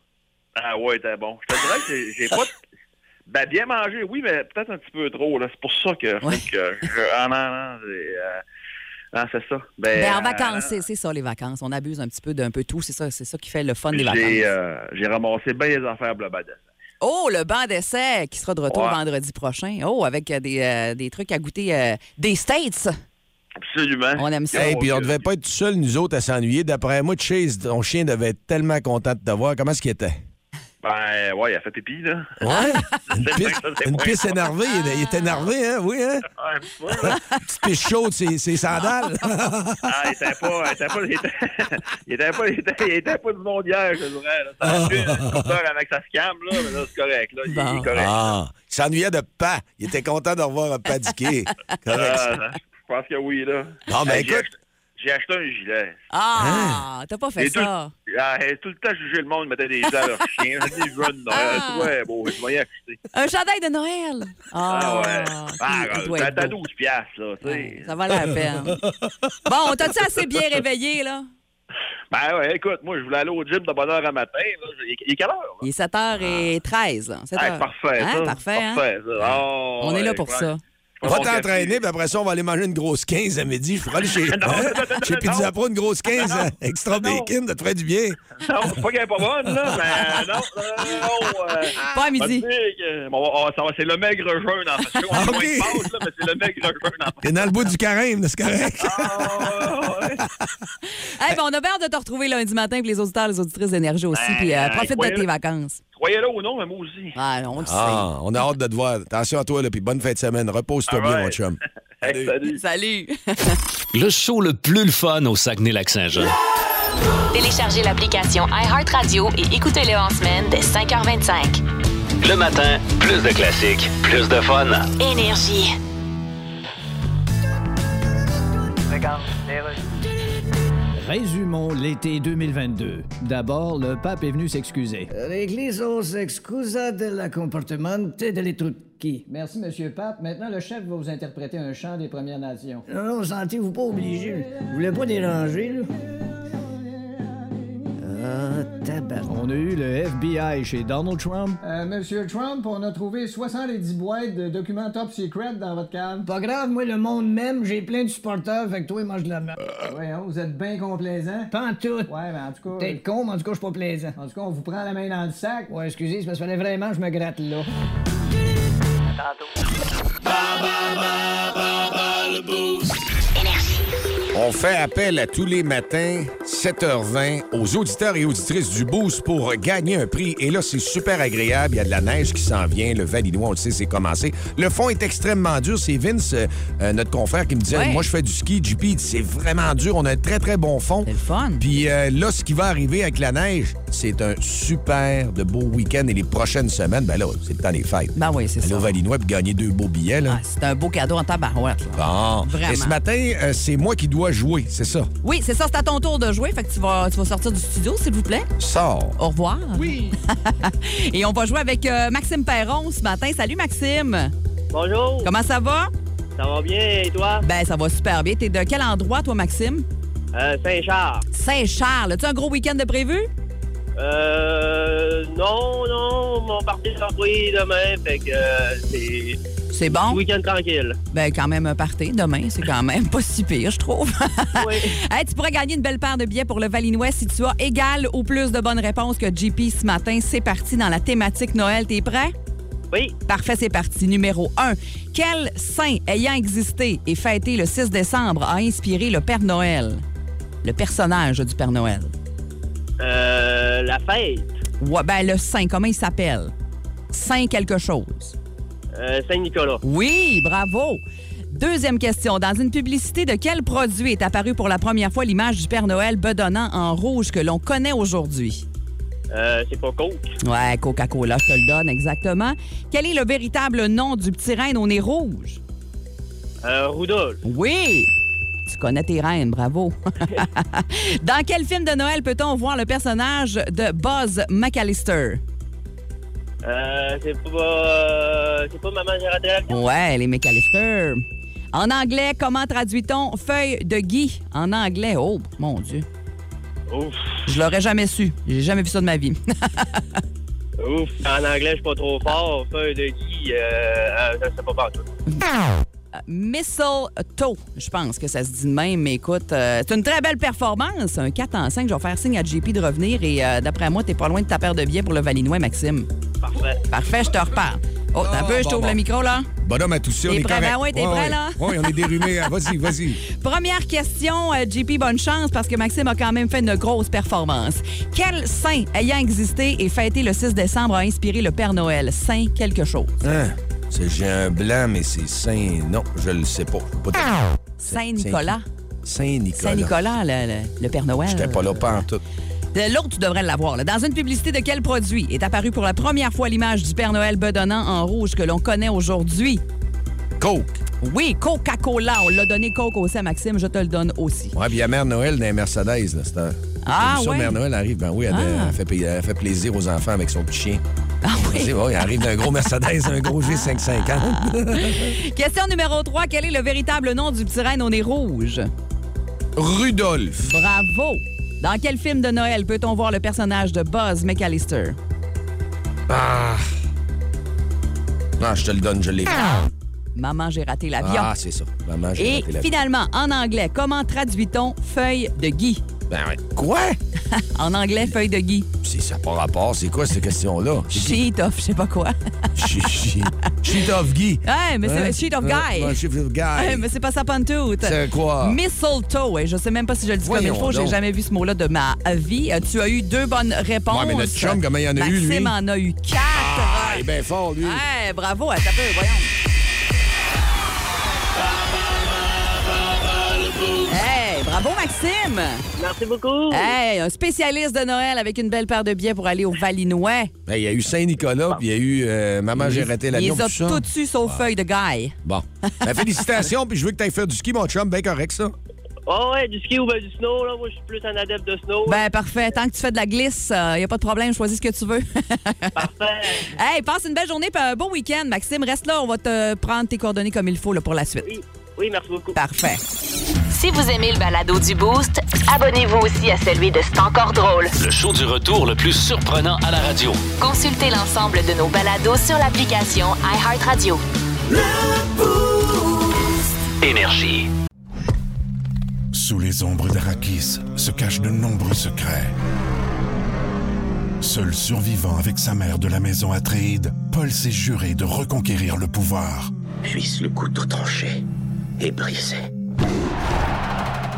Speaker 6: Ah ouais, t'es bon. Je te dirais que j'ai- j'ai pas. de- Ben, bien mangé, oui, mais peut-être un petit peu trop, là. C'est pour ça que.
Speaker 4: Ouais.
Speaker 6: fait que je- ah non, non, c'est. euh, non, c'est ça. Ben,
Speaker 4: Ben, en
Speaker 6: euh,
Speaker 4: vacances, c'est- c'est ça, les vacances. On abuse un petit peu d'un peu tout. C'est ça, c'est ça qui fait le fun des vacances.
Speaker 6: J'ai euh, j'ai ramassé bien les affaires blabada.
Speaker 4: Oh, le banc d'essai qui sera de retour
Speaker 6: Ouais.
Speaker 4: vendredi prochain. Oh, avec euh, des, euh, des trucs à goûter euh, des States.
Speaker 6: Absolument.
Speaker 4: On aime ça.
Speaker 3: Hey, puis on devait pas être tout seul, nous autres, à s'ennuyer. D'après moi, Chase, ton chien devait être tellement content de te voir. Comment est-ce qu'il était?
Speaker 6: Ben, ouais, il a fait pipi, là.
Speaker 3: Ouais. Une
Speaker 6: C'est
Speaker 3: pisse,
Speaker 6: vrai, ça, c'est
Speaker 3: une
Speaker 6: vrai.
Speaker 3: pisse énervée. Il, il est énervé, hein? Oui, hein?
Speaker 6: Ouais, un petit peu, là.
Speaker 3: Petite pisse chaude, ses, ses sandales.
Speaker 6: Ah, il était pas, il était pas, il était, il était pas, il était, il était pas du monde hier, je dirais. là.
Speaker 3: Ah.
Speaker 6: Ça a fait une heure avec sa scam, là, mais là, c'est correct, là. Il, il
Speaker 4: Bon.
Speaker 6: est correct.
Speaker 3: Ah, il s'ennuyait de pas. Il était content de revoir un padiqué. Correct. ça.
Speaker 6: Ah, je pense que oui, là.
Speaker 3: Non, mais
Speaker 6: Hey, j'ai
Speaker 3: écoute.
Speaker 6: acheté- J'ai acheté un gilet. Hein?
Speaker 4: Ah, t'as pas fait
Speaker 6: Et tout,
Speaker 4: ça.
Speaker 6: ah, et tout le temps, je jugeais le monde, mettait des gilets à leur chien. J'ai dit, jeune, non,
Speaker 4: Ah.
Speaker 6: ouais, bon, je voyais acheter.
Speaker 4: Un chandail de Noël.
Speaker 6: Ah,
Speaker 4: Ah,
Speaker 6: ouais. Ah,
Speaker 4: il- il doit
Speaker 6: t'as
Speaker 4: être
Speaker 6: t'as
Speaker 4: beau.
Speaker 6: 12 piastres, là, tu sais.
Speaker 4: Ouais, ça valait la peine. bon, on t'a-tu assez bien réveillé, là?
Speaker 6: Ben, ouais, écoute, moi, je voulais aller au gym de bonne heure à matin, là. Il est- il est quelle heure, là?
Speaker 4: Il est 7h13, là. 7
Speaker 6: Ah,
Speaker 4: heures.
Speaker 6: parfait,
Speaker 4: Hein,
Speaker 6: ça.
Speaker 4: Parfait, hein?
Speaker 6: ça. Ah,
Speaker 4: On est
Speaker 6: ouais,
Speaker 4: là pour
Speaker 6: je prends-
Speaker 4: ça.
Speaker 6: je prends
Speaker 3: Va
Speaker 6: mon café.
Speaker 3: t'entraîner, ben. puis après ça, on va aller manger une grosse 15 à midi. Je pourrais aller chez, hein? chez Pizza Pro, une grosse 15 euh, extra
Speaker 6: Non.
Speaker 3: bacon, ça te ferait du bien.
Speaker 6: Non, c'est pas qu'elle est pas bonne, là, mais euh, non, non, non, euh,
Speaker 4: Pas à
Speaker 6: on va
Speaker 4: midi.
Speaker 6: dire que- bon, on va- ça va- c'est le maigre jeune, en fait. On
Speaker 3: Ah,
Speaker 6: est loin
Speaker 3: ok.
Speaker 6: de passe, là, mais c'est le maigre jeune, en fait.
Speaker 3: T'es dans le bout du carême, là, c'est correct.
Speaker 6: Ah, ouais.
Speaker 4: Eh ben, on a bien hâte de te retrouver lundi matin, puis les auditeurs, les auditrices d'énergie aussi,
Speaker 6: Ben,
Speaker 4: puis euh, profite de
Speaker 6: incroyable.
Speaker 4: tes vacances.
Speaker 6: Croyez-le ou non, mais moi aussi.
Speaker 4: Ah, on le
Speaker 3: Ah, on a hâte de te voir. Attention à toi, là, puis bonne fin de semaine. Repose-toi bien, mon
Speaker 6: Alright.
Speaker 3: chum.
Speaker 6: Hey, salut.
Speaker 4: sait. Ah, Salut!
Speaker 2: Le show le plus le fun au Saguenay-Lac-Saint-Jean.
Speaker 1: Téléchargez l'application iHeartRadio et écoutez-le en semaine dès 5h25.
Speaker 2: Le matin, plus de classiques, plus de fun.
Speaker 1: Énergie.
Speaker 7: Résumons l'été 2022. D'abord, le pape est venu s'excuser.
Speaker 8: Réglissons s'excusa de la comportemente de trucchi. Merci, Monsieur Pape. Maintenant, le chef va vous interpréter un chant des Premières Nations.
Speaker 9: Non, non, sentez-vous pas obligé. Vous voulez pas déranger, là? Ah, tabarnak.
Speaker 7: On a eu le FBI chez Donald Trump.
Speaker 8: Euh, Monsieur Trump, on a trouvé 70 boîtes de documents top secret dans votre cave. Pas grave, moi, le monde même, j'ai plein de supporters, fait que toi, mange de la merde. Euh, Voyons, vous êtes bien complaisant.
Speaker 9: Pas en tout.
Speaker 8: Ouais, mais en tout cas. euh,
Speaker 9: Peut-être con, mais en tout cas, je suis pas plaisant.
Speaker 8: En tout cas, on vous prend la main dans le sac.
Speaker 9: Ouais, excusez, c'est parce qu'il fallait vraiment que je me gratte là.
Speaker 3: On fait appel à tous les matins, 7h20, aux auditeurs et auditrices du Boost pour gagner un prix. Et là, c'est super agréable. Il y a de la neige qui s'en vient. Le Valinois, on le sait, c'est commencé. Le fond est extrêmement dur. C'est Vince, euh, euh, notre confrère, qui me disait
Speaker 4: Ouais.
Speaker 3: Moi, je fais du ski, JP. Il dit, C'est vraiment dur. On a un très, très bon fond.
Speaker 4: C'est le fun.
Speaker 3: Puis euh, là, ce qui va arriver avec la neige, c'est un super de beau week-end. Et les prochaines semaines, ben là, c'est le temps des fêtes.
Speaker 4: Ben oui, c'est
Speaker 3: Aller
Speaker 4: ça.
Speaker 3: au Valinois puis gagner deux beaux billets, là.
Speaker 4: Ah, c'est un beau cadeau en tabarouette. là.
Speaker 3: Bon.
Speaker 4: Vraiment.
Speaker 3: Et ce matin, euh, c'est moi qui dois jouer, c'est ça.
Speaker 4: Oui, c'est ça, c'est à ton tour de jouer. Fait que tu vas, tu vas sortir du studio, s'il vous plaît.
Speaker 3: Sors.
Speaker 4: Au revoir. Oui. Et on va jouer avec euh, Maxime Perron ce matin. Salut, Maxime.
Speaker 6: Bonjour,
Speaker 4: Comment ça va?
Speaker 6: ça va bien et toi?
Speaker 4: Ben, ça va super bien. T'es de quel endroit, toi, Maxime?
Speaker 6: Euh, Saint-Charles.
Speaker 4: Saint-Charles. As-tu un gros week-end de prévu?
Speaker 6: Euh, non, non, mon parti est envoyé demain, fait que euh, c'est
Speaker 4: C'est bon?
Speaker 6: week-end tranquille.
Speaker 4: Ben, quand même un party demain. C'est quand même pas si pire, je trouve.
Speaker 6: Oui.
Speaker 4: Hey, tu pourras gagner une belle paire de billets pour le Valinois si tu as égal ou plus de bonnes réponses que JP ce matin. C'est parti dans la thématique Noël. T'es prêt?
Speaker 6: Oui,
Speaker 4: Parfait, c'est parti. Numéro 1. Quel saint ayant existé et fêté le 6 décembre a inspiré le Père Noël? Le personnage du Père Noël.
Speaker 6: euh, la fête,
Speaker 4: Ouais, ben, le saint, comment il s'appelle? Saint quelque chose.
Speaker 6: euh, Saint-Nicolas.
Speaker 4: Oui, bravo. Deuxième question. Dans une publicité de quel produit est apparue pour la première fois l'image du Père Noël bedonnant en rouge que l'on connaît aujourd'hui?
Speaker 6: Euh, c'est pas Coke.
Speaker 4: Ouais, Coca-Cola, je te le donne exactement. Quel est le véritable nom du petit reine au nez rouge?
Speaker 6: Euh, Rudolph.
Speaker 4: Oui! Tu connais tes reines, bravo. Dans quel film de Noël peut-on voir le personnage de Buzz McAllister?
Speaker 6: Euh, c'est pas, euh, c'est pas Maman, j'ai raté l'avion.
Speaker 4: Ouais, les McAllister. En anglais, comment traduit-on feuille de Guy en anglais? Oh, mon Dieu.
Speaker 6: Ouf,
Speaker 4: Je l'aurais jamais su. J'ai jamais vu ça de ma vie.
Speaker 6: ouf. En anglais, je suis pas trop fort. Feuille de qui, euh, euh, je sais pas partout.
Speaker 4: Euh, Mistletoe, je pense que ça se dit de même, mais écoute, euh, c'est une très belle performance. Un 4 en 5, je vais faire signe à JP de revenir et euh, d'après moi, t'es pas loin de ta paire de billets pour le Valinois, Maxime.
Speaker 6: Parfait.
Speaker 4: Parfait, je te reparle. Oh, t'as un
Speaker 3: Ah,
Speaker 4: peu, je t'ouvre le micro, là.
Speaker 3: Bonhomme à tout ça, on
Speaker 4: T'es
Speaker 3: est
Speaker 4: prêt?
Speaker 3: correct.
Speaker 4: Ben ouais, t'es prêt, là?
Speaker 3: Oui, on est dérumé. Ah, Vas-y, vas-y.
Speaker 4: Première question, euh, JP, bonne chance, parce que Maxime a quand même fait une grosse performance. Quel saint ayant existé et fêté le 6 décembre a inspiré le Père Noël? Saint quelque chose.
Speaker 3: Hein? C'est- J'ai un blanc, mais c'est Saint... Non, je le sais pas. Je peux pas te-
Speaker 4: Saint Nicolas.
Speaker 3: Saint-Nicolas.
Speaker 4: Saint Nicolas, le, le- le Père Noël.
Speaker 3: J'étais pas là, pas en tout.
Speaker 4: De l'autre, tu devrais l'avoir. là. Dans une publicité de quel produit est apparue pour la première fois l'image du Père Noël bedonnant en rouge que l'on connaît aujourd'hui?
Speaker 3: Coke.
Speaker 4: Oui, Coca-Cola. On l'a donné Coke aussi à Maxime. Je te le donne aussi.
Speaker 3: Ouais, puis il y a Mère Noël dans les Mercedes, là. C'est un...
Speaker 4: Ah,
Speaker 3: Comme ça,
Speaker 4: ouais.
Speaker 3: Mère Noël arrive. Ben oui, elle,
Speaker 4: Ah.
Speaker 3: elle fait, pla- elle fait plaisir aux enfants avec son petit chien. Ah oui? elle arrive d'un gros Mercedes, un gros G550.
Speaker 4: Question numéro 3. Quel est le véritable nom du petit reine au nez rouge?
Speaker 3: Rudolph.
Speaker 4: Bravo! Dans quel film de Noël peut-on voir le personnage de Buzz McAllister?
Speaker 3: Ah. Non, je te le donne, je l'ai.
Speaker 4: Maman, j'ai raté l'avion.
Speaker 3: Ah, c'est ça. Maman, j'ai
Speaker 4: Et
Speaker 3: raté la-
Speaker 4: finalement, en anglais, comment traduit-on feuille de Guy?
Speaker 3: Ben ouais. Quoi?
Speaker 4: En anglais, feuille de Guy.
Speaker 3: C'est ça par rapport. C'est quoi cette question-là?
Speaker 4: Sheet of, je sais pas quoi.
Speaker 3: She- she- Sheet of Guy.
Speaker 4: Ouais, mais c'est
Speaker 3: Hein?
Speaker 4: Sheet of
Speaker 3: Euh,
Speaker 4: Guy.
Speaker 3: ouais, sheet of Guy.
Speaker 4: Ouais, mais c'est pas ça pantoute.
Speaker 3: C'est quoi?
Speaker 4: Mistletoe. Ouais, je sais même pas si je le dis comme il
Speaker 3: Voyons
Speaker 4: faut. J'ai
Speaker 3: donc.
Speaker 4: jamais vu ce mot-là de ma vie. Euh, Tu as eu deux bonnes réponses.
Speaker 3: Ouais, mais notre chum, comment il en a eu, lui?
Speaker 4: Maxime en a eu quatre.
Speaker 3: Ah, il est bien fort, lui.
Speaker 4: Ouais, bravo. Attends un peu, voyons. Hey, bravo Maxime!
Speaker 6: Merci beaucoup.
Speaker 4: Hey, un spécialiste de Noël avec une belle paire de billets pour aller au Valinois.
Speaker 3: Ben, il y a eu Saint-Nicolas, puis il y a eu euh, Maman, j'ai raté
Speaker 4: Il
Speaker 3: l'avion.
Speaker 4: les a
Speaker 3: tout ça.
Speaker 4: tout su sauf feuille de Guy.
Speaker 3: Bon. Ben, félicitations, puis je veux que tu ailles faire du ski, mon chum. Bien Ben correct, ça.
Speaker 6: Ah
Speaker 10: Ouais, ouais, du ski ou ben, du snow, là. Moi, je suis plus un adepte de snow.
Speaker 4: Ben, parfait. Tant que tu fais de la glisse, il n'y a pas de problème. Choisis ce que tu veux. parfait. Hey, passe une belle journée et un bon week-end. Maxime, reste là. On va te prendre tes coordonnées comme il faut là, pour la suite.
Speaker 10: Oui, merci beaucoup.
Speaker 4: Parfait.
Speaker 1: Si vous aimez le balado du Boost, abonnez-vous aussi à celui de C'est encore drôle.
Speaker 2: Le show du retour le plus surprenant à la radio.
Speaker 1: Consultez l'ensemble de nos balados sur l'application iHeartRadio.
Speaker 2: Énergie.
Speaker 11: Sous les ombres d'Arakis se cachent de nombreux secrets. Seul survivant avec sa mère de la maison Atréide, Paul s'est juré de reconquérir le pouvoir.
Speaker 12: Puisse le couteau tranché et brisé.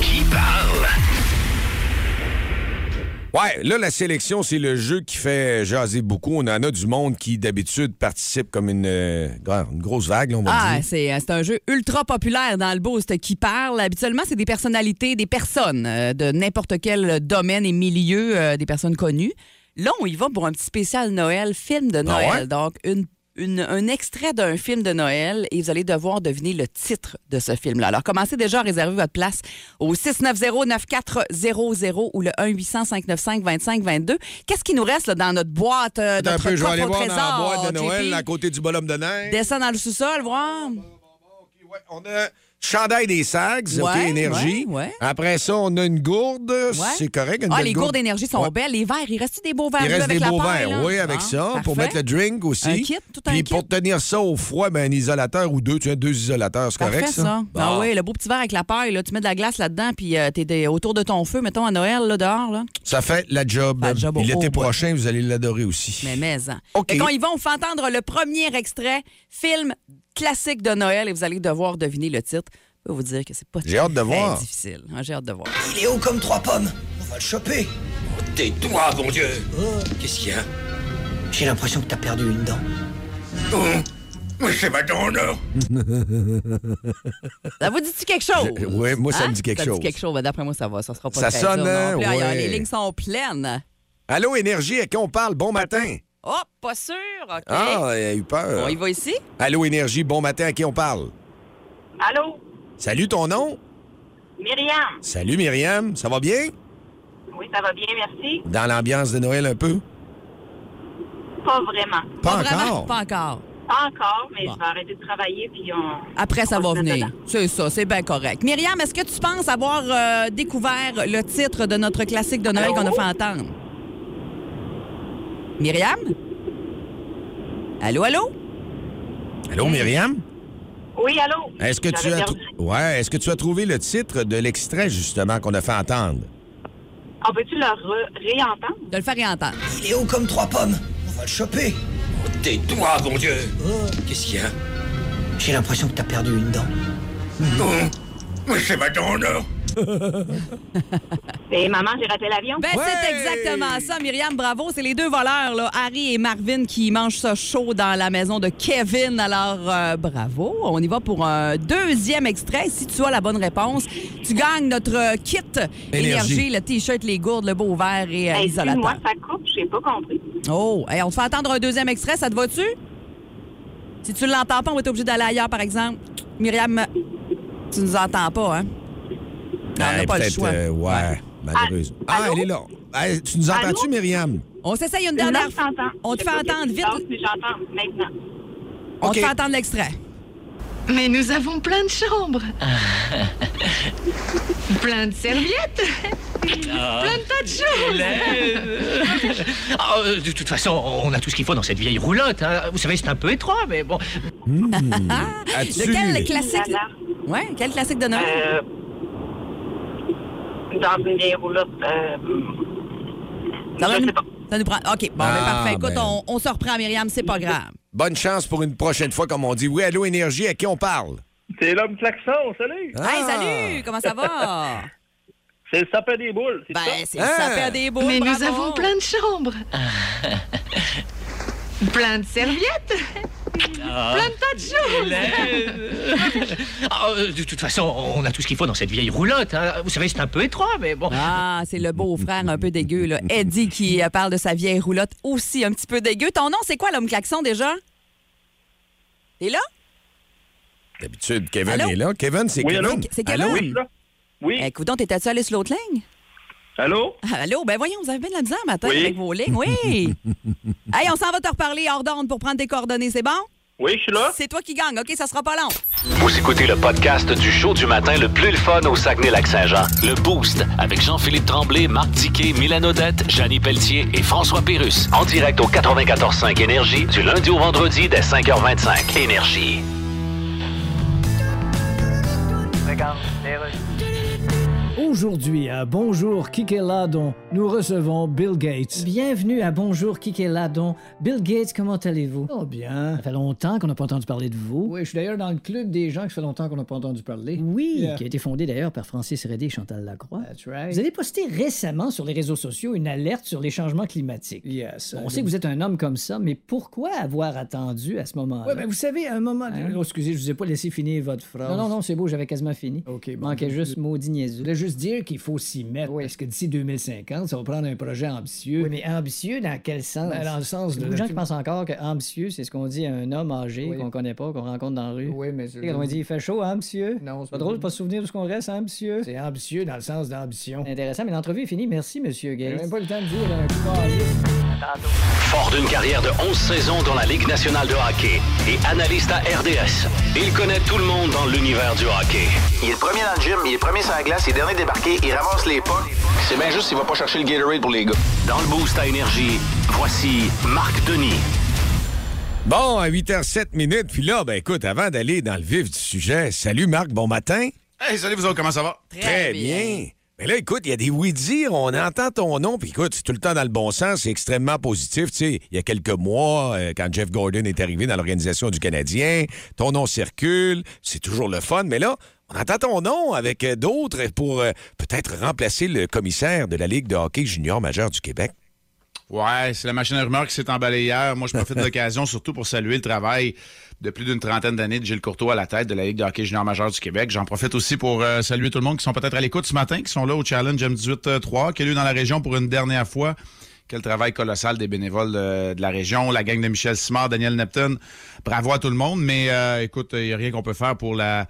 Speaker 2: Qui parle?
Speaker 3: Ouais, là, la sélection, c'est le jeu qui fait jaser beaucoup. On en a du monde qui, d'habitude, participe comme une, euh, une grosse vague, là, on va
Speaker 4: Ah,
Speaker 3: dire.
Speaker 4: c'est euh, c'est un jeu ultra populaire dans le boost qui parle. Habituellement, c'est des personnalités, des personnes euh, de n'importe quel domaine et milieu, euh, des personnes connues. Là, on y va pour un petit spécial Noël, film de Noël.
Speaker 3: Ah ouais?
Speaker 4: Donc, une- une- un extrait d'un film de Noël et vous allez devoir deviner le titre de ce film-là. Alors, commencez déjà à réserver votre place au 690-9400 ou le 1-800-595-2522. Qu'est-ce qui nous reste là, dans notre boîte, euh,
Speaker 3: Attends un
Speaker 4: notre
Speaker 3: peu, je vais
Speaker 4: coffre
Speaker 3: aller
Speaker 4: au
Speaker 3: voir dans la
Speaker 4: trésor,
Speaker 3: boîte de Noël,
Speaker 4: JP?
Speaker 3: à côté du bonhomme de neige.
Speaker 4: Descends dans le sous-sol, voir.
Speaker 3: On a chandail des sags, OK,
Speaker 4: Ouais,
Speaker 3: énergie.
Speaker 4: ouais, ouais.
Speaker 3: Après ça, on a une gourde.
Speaker 4: Ouais.
Speaker 3: C'est correct, une
Speaker 4: Ah,
Speaker 3: belle
Speaker 4: les
Speaker 3: gourde.
Speaker 4: gourdes énergie sont
Speaker 3: Ouais.
Speaker 4: belles. Les verres, il reste des beaux verres
Speaker 3: Il
Speaker 4: bleus
Speaker 3: reste
Speaker 4: avec
Speaker 3: des
Speaker 4: la
Speaker 3: beaux
Speaker 4: paille,
Speaker 3: verres,
Speaker 4: là?
Speaker 3: oui, avec
Speaker 4: Bon,
Speaker 3: ça,
Speaker 4: parfait.
Speaker 3: pour mettre le drink aussi.
Speaker 4: Un kit, tout un
Speaker 3: Puis
Speaker 4: kit.
Speaker 3: pour tenir ça au froid, ben, un isolateur ou deux, tu as deux isolateurs, c'est
Speaker 4: Parfait,
Speaker 3: correct,
Speaker 4: ça.
Speaker 3: ça?
Speaker 4: Ah
Speaker 3: Bon.
Speaker 4: oui, le beau petit verre avec la paille, là, tu mets de la glace là-dedans, puis euh, t'es des- autour de ton feu, mettons, à Noël, là, dehors. Là.
Speaker 3: Ça fait la job.
Speaker 4: Fait la job au
Speaker 3: Et l'été
Speaker 4: haut,
Speaker 3: prochain, vous allez l'adorer aussi.
Speaker 4: Mais mais, hein. Fait qu'on y va, on fait entendre le premier extrait, film classique de Noël, et vous allez devoir deviner le titre. Je peux vous dire que c'est pas
Speaker 3: J'ai hâte de
Speaker 4: très
Speaker 3: voir.
Speaker 4: difficile. hein, J'ai hâte de voir.
Speaker 9: Il est haut comme trois pommes. On va le choper.
Speaker 12: Oh,
Speaker 9: Oh.
Speaker 12: Tais-toi, bon Dieu! Qu'est-ce qu'il y a?
Speaker 9: J'ai l'impression que t'as perdu une dent.
Speaker 12: Oh, Mais c'est ma dent, non?
Speaker 4: Ça vous dit-tu quelque chose? Hein?
Speaker 3: Je- ouais, moi, ça me dit quelque
Speaker 4: ça
Speaker 3: chose.
Speaker 4: Dit quelque chose. Ben, D'après moi, ça va. Ça sera pas
Speaker 3: Ça
Speaker 4: très
Speaker 3: sonne,
Speaker 4: dur non
Speaker 3: hein?
Speaker 4: plus. Ailleurs,
Speaker 3: Ouais.
Speaker 4: Les lignes sont pleines.
Speaker 3: Allô, énergie, à qui on parle? Bon matin.
Speaker 4: Oh, pas sûr. OK.
Speaker 3: Ah, il a eu peur.
Speaker 4: On y va ici?
Speaker 3: Allô, énergie, bon matin, à qui on parle?
Speaker 13: Allô,
Speaker 3: Salut, ton nom?
Speaker 13: Myriam.
Speaker 3: Salut, Myriam. Ça va bien?
Speaker 13: Oui, ça va bien, merci.
Speaker 3: Dans l'ambiance de Noël un peu?
Speaker 13: Pas vraiment.
Speaker 3: Pas Pas vraiment? encore.
Speaker 4: Pas encore.
Speaker 13: Pas encore, mais je vais arrêter de travailler puis on.
Speaker 4: Après, ça va venir. C'est ça, c'est bien correct. Myriam, est-ce que tu penses avoir euh, découvert le titre de notre classique de Noël qu'on a fait entendre? Myriam? Allô, allô?
Speaker 3: Allô, Myriam?
Speaker 13: Oui, allô?
Speaker 3: Est-ce que, tu
Speaker 13: J'avais
Speaker 3: as
Speaker 13: perdu-
Speaker 3: trou- ouais, est-ce que tu as trouvé le titre de l'extrait, justement, qu'on a fait entendre?
Speaker 13: Ah, peux-tu le re- réentendre?
Speaker 4: De le faire réentendre.
Speaker 9: Il est haut comme trois pommes. On va le choper.
Speaker 12: Tais-toi, bon Dieu! Qu'est-ce qu'il y a?
Speaker 9: J'ai l'impression que t'as perdu une dent.
Speaker 12: Mais c'est ma dent, non?
Speaker 13: Ben, maman, j'ai raté l'avion.
Speaker 4: Ben, c'est exactement ça, Myriam. Bravo. C'est les deux voleurs, là, Harry et Marvin, qui mangent ça chaud dans la maison de Kevin. Alors, euh, bravo. On y va pour un deuxième extrait. Si tu as la bonne réponse, tu gagnes notre euh, kit énergie,
Speaker 13: Énergie.
Speaker 4: le T-shirt, les gourdes, le beau verre et euh,
Speaker 13: Hey,
Speaker 4: l'isolateur.
Speaker 13: Excuse-moi, ça coupe, j'ai pas compris.
Speaker 4: Oh, hey, on te fait entendre un deuxième extrait. Ça te va-tu? Si tu l'entends pas, on va être obligé d'aller ailleurs, par exemple. Myriam, tu nous entends pas, hein? on n'a
Speaker 3: Eh,
Speaker 4: pas le
Speaker 3: peut-être,
Speaker 4: choix.
Speaker 3: euh, ouais, malheureusement. Ah, elle est là. Eh, tu nous entends-tu,
Speaker 13: Allô?
Speaker 3: Myriam?
Speaker 4: On s'essaye une
Speaker 13: Non,
Speaker 4: dernière
Speaker 13: je t'entends.
Speaker 4: On te
Speaker 13: Je
Speaker 4: fait
Speaker 13: sais pas qu'est-ce
Speaker 4: entendre
Speaker 13: qui
Speaker 4: vite.
Speaker 13: se passe, mais j'entends maintenant.
Speaker 4: On te
Speaker 13: OK.
Speaker 4: fait entendre l'extrait.
Speaker 14: Mais nous avons plein de chambres, plein de serviettes, plein de tas de choses.
Speaker 15: Ah, euh, de toute façon, on a tout ce qu'il faut dans cette vieille roulotte. hein. Vous savez, c'est un peu étroit, mais bon.
Speaker 4: De quel classique? Ouais, quel classique de Noël?
Speaker 13: Euh, Dans une vieille roulotte. euh,
Speaker 4: Ça, va nous... ça nous prend. OK, bon, ben,
Speaker 3: Ah,
Speaker 4: parfait. Écoute,
Speaker 3: ben. Mm.
Speaker 4: on, on se reprend, Myriam, c'est pas grave.
Speaker 3: Bonne chance pour une prochaine fois, comme on dit. Oui, allô, énergie, à qui on parle?
Speaker 6: C'est l'homme klaxon, salut!
Speaker 4: Hey,
Speaker 3: Ah.
Speaker 4: salut! Comment ça va?
Speaker 6: C'est le sapin des boules, c'est ça?
Speaker 4: c'est le Ah.
Speaker 3: Hein?
Speaker 4: sapin des boules,
Speaker 14: Mais nous
Speaker 4: bravo.
Speaker 14: avons plein de chambres, plein de serviettes, Plein de tas de choses.
Speaker 15: Ah, euh, de toute façon, on a tout ce qu'il faut dans cette vieille roulotte. hein. Vous savez, c'est un peu étroit, mais bon.
Speaker 4: Ah, c'est le beau-frère un peu dégueu,
Speaker 3: Mm.
Speaker 4: là. Eddie qui euh, parle de sa vieille roulotte aussi un petit peu dégueu. Ton nom, c'est quoi l'homme klaxon déjà? T'es là?
Speaker 3: Ah, D'habitude, Kevin est là. Kevin, c'est Kevin.
Speaker 4: C'est Kevin?
Speaker 6: Oui.
Speaker 4: Eh, Écoute, donc, t'étais-tu allé sur l'autre ligne?
Speaker 6: Allô?
Speaker 4: Ah, Allô? Ben voyons, vous avez bien de la misère matin
Speaker 6: Oui.
Speaker 4: avec vos lignes. Oui! hey, on s'en va te reparler hors d'onde pour prendre tes coordonnées, c'est bon?
Speaker 6: Oui, je suis là.
Speaker 4: C'est toi qui gagne, OK? Ça sera pas long.
Speaker 2: Vous écoutez le podcast du show du matin le plus le fun au Saguenay-Lac-Saint-Jean. Le Boost avec Jean-Philippe Tremblay, Marc Tiquet, Milan Odette, Janine Pelletier et François Pérus. En direct au 94.5 Énergie du lundi au vendredi dès 5h25. Énergie.
Speaker 9: Aujourd'hui à Bonjour Kikeladon, nous recevons Bill Gates. Bienvenue à Bonjour Kikeladon. Bill Gates, comment allez-vous? Oh bien. Ça fait longtemps qu'on n'a pas entendu parler de vous.
Speaker 8: Oui, je suis d'ailleurs dans le club des gens que ça fait longtemps qu'on n'a pas entendu parler.
Speaker 9: Oui,
Speaker 8: Yeah.
Speaker 9: qui a été fondé d'ailleurs par Francis Redé et Chantal Lacroix.
Speaker 8: That's right.
Speaker 9: Vous avez posté récemment sur les réseaux sociaux une alerte sur les changements climatiques.
Speaker 8: Yes. euh,
Speaker 9: On sait que vous êtes un homme comme ça, mais pourquoi avoir attendu à ce moment-là?
Speaker 8: Ouais, mais vous savez, à un moment.
Speaker 9: Hein?
Speaker 8: Oh, excusez, je vous ai pas laissé finir votre phrase.
Speaker 9: Non, non, non, c'est beau, j'avais quasiment fini.
Speaker 8: OK,
Speaker 9: Il
Speaker 8: bon.
Speaker 9: manquait juste maudit niaiseux.
Speaker 8: Je voulais juste dire qu'il faut s'y mettre, parce que d'ici 2050, ça va prendre un projet ambitieux.
Speaker 9: Oui, mais ambitieux dans quel sens?
Speaker 8: Ben, dans le sens
Speaker 9: Il y a
Speaker 8: de.
Speaker 9: beaucoup de gens qui pensent encore que ambitieux, c'est ce qu'on dit à un homme âgé
Speaker 8: Oui.
Speaker 9: qu'on connaît pas, qu'on rencontre dans la rue.
Speaker 8: Oui, mais
Speaker 9: Tu sais, Quand on dit il fait chaud, hein, monsieur?
Speaker 8: Non,
Speaker 9: Pas drôle de pas se souvenir de ce qu'on reste, hein, monsieur?
Speaker 8: C'est ambitieux dans le sens d'ambition.
Speaker 9: C'est intéressant, mais l'entrevue est finie. Merci, monsieur
Speaker 8: J'ai
Speaker 9: Gates.
Speaker 8: même pas le temps de dire euh, un coup
Speaker 2: Fort d'une carrière de 11 saisons dans la Ligue nationale de hockey et analyste à RDS, il connaît tout le monde dans l'univers du hockey.
Speaker 16: Il est le premier dans le gym, il est le premier sur la glace, il est dernier débarqué, il ramasse les pas. C'est bien juste s'il va pas chercher le Gatorade pour les gars.
Speaker 2: Dans le Boost à Énergie, voici Marc Denis.
Speaker 3: Bon, à 8h07 minutes, puis là, ben écoute, avant d'aller dans le vif du sujet, salut Marc, bon matin.
Speaker 17: Hey, salut vous autres, comment ça va?
Speaker 3: Très, bien. Mais là, écoute, il y a des oui-dire, on entend ton nom, puis écoute, c'est tout le temps dans le bon sens, c'est extrêmement positif. Tu sais, il y a quelques mois, euh, quand Jeff Gordon est arrivé dans l'Organisation du Canadien, ton nom circule, c'est toujours le fun, mais là, on entend ton nom avec euh, d'autres pour euh, peut-être remplacer le commissaire de la Ligue de hockey junior majeur du Québec.
Speaker 17: Ouais, c'est la machine à rumeurs qui s'est emballée hier. Moi, je profite de l'occasion surtout pour saluer le travail de plus d'une trentaine d'années de Gilles Courtois à la tête de la Ligue de hockey junior majeur du Québec. J'en profite aussi pour euh, saluer tout le monde qui sont peut-être à l'écoute ce matin, qui sont là au Challenge M18-3, qui a lieu dans la région pour une dernière fois. Quel travail colossal des bénévoles euh, de, de la région, la gang de Michel Simard, Daniel Neptune. Bravo à tout le monde, mais euh, écoute, il n'y a rien qu'on peut faire pour la...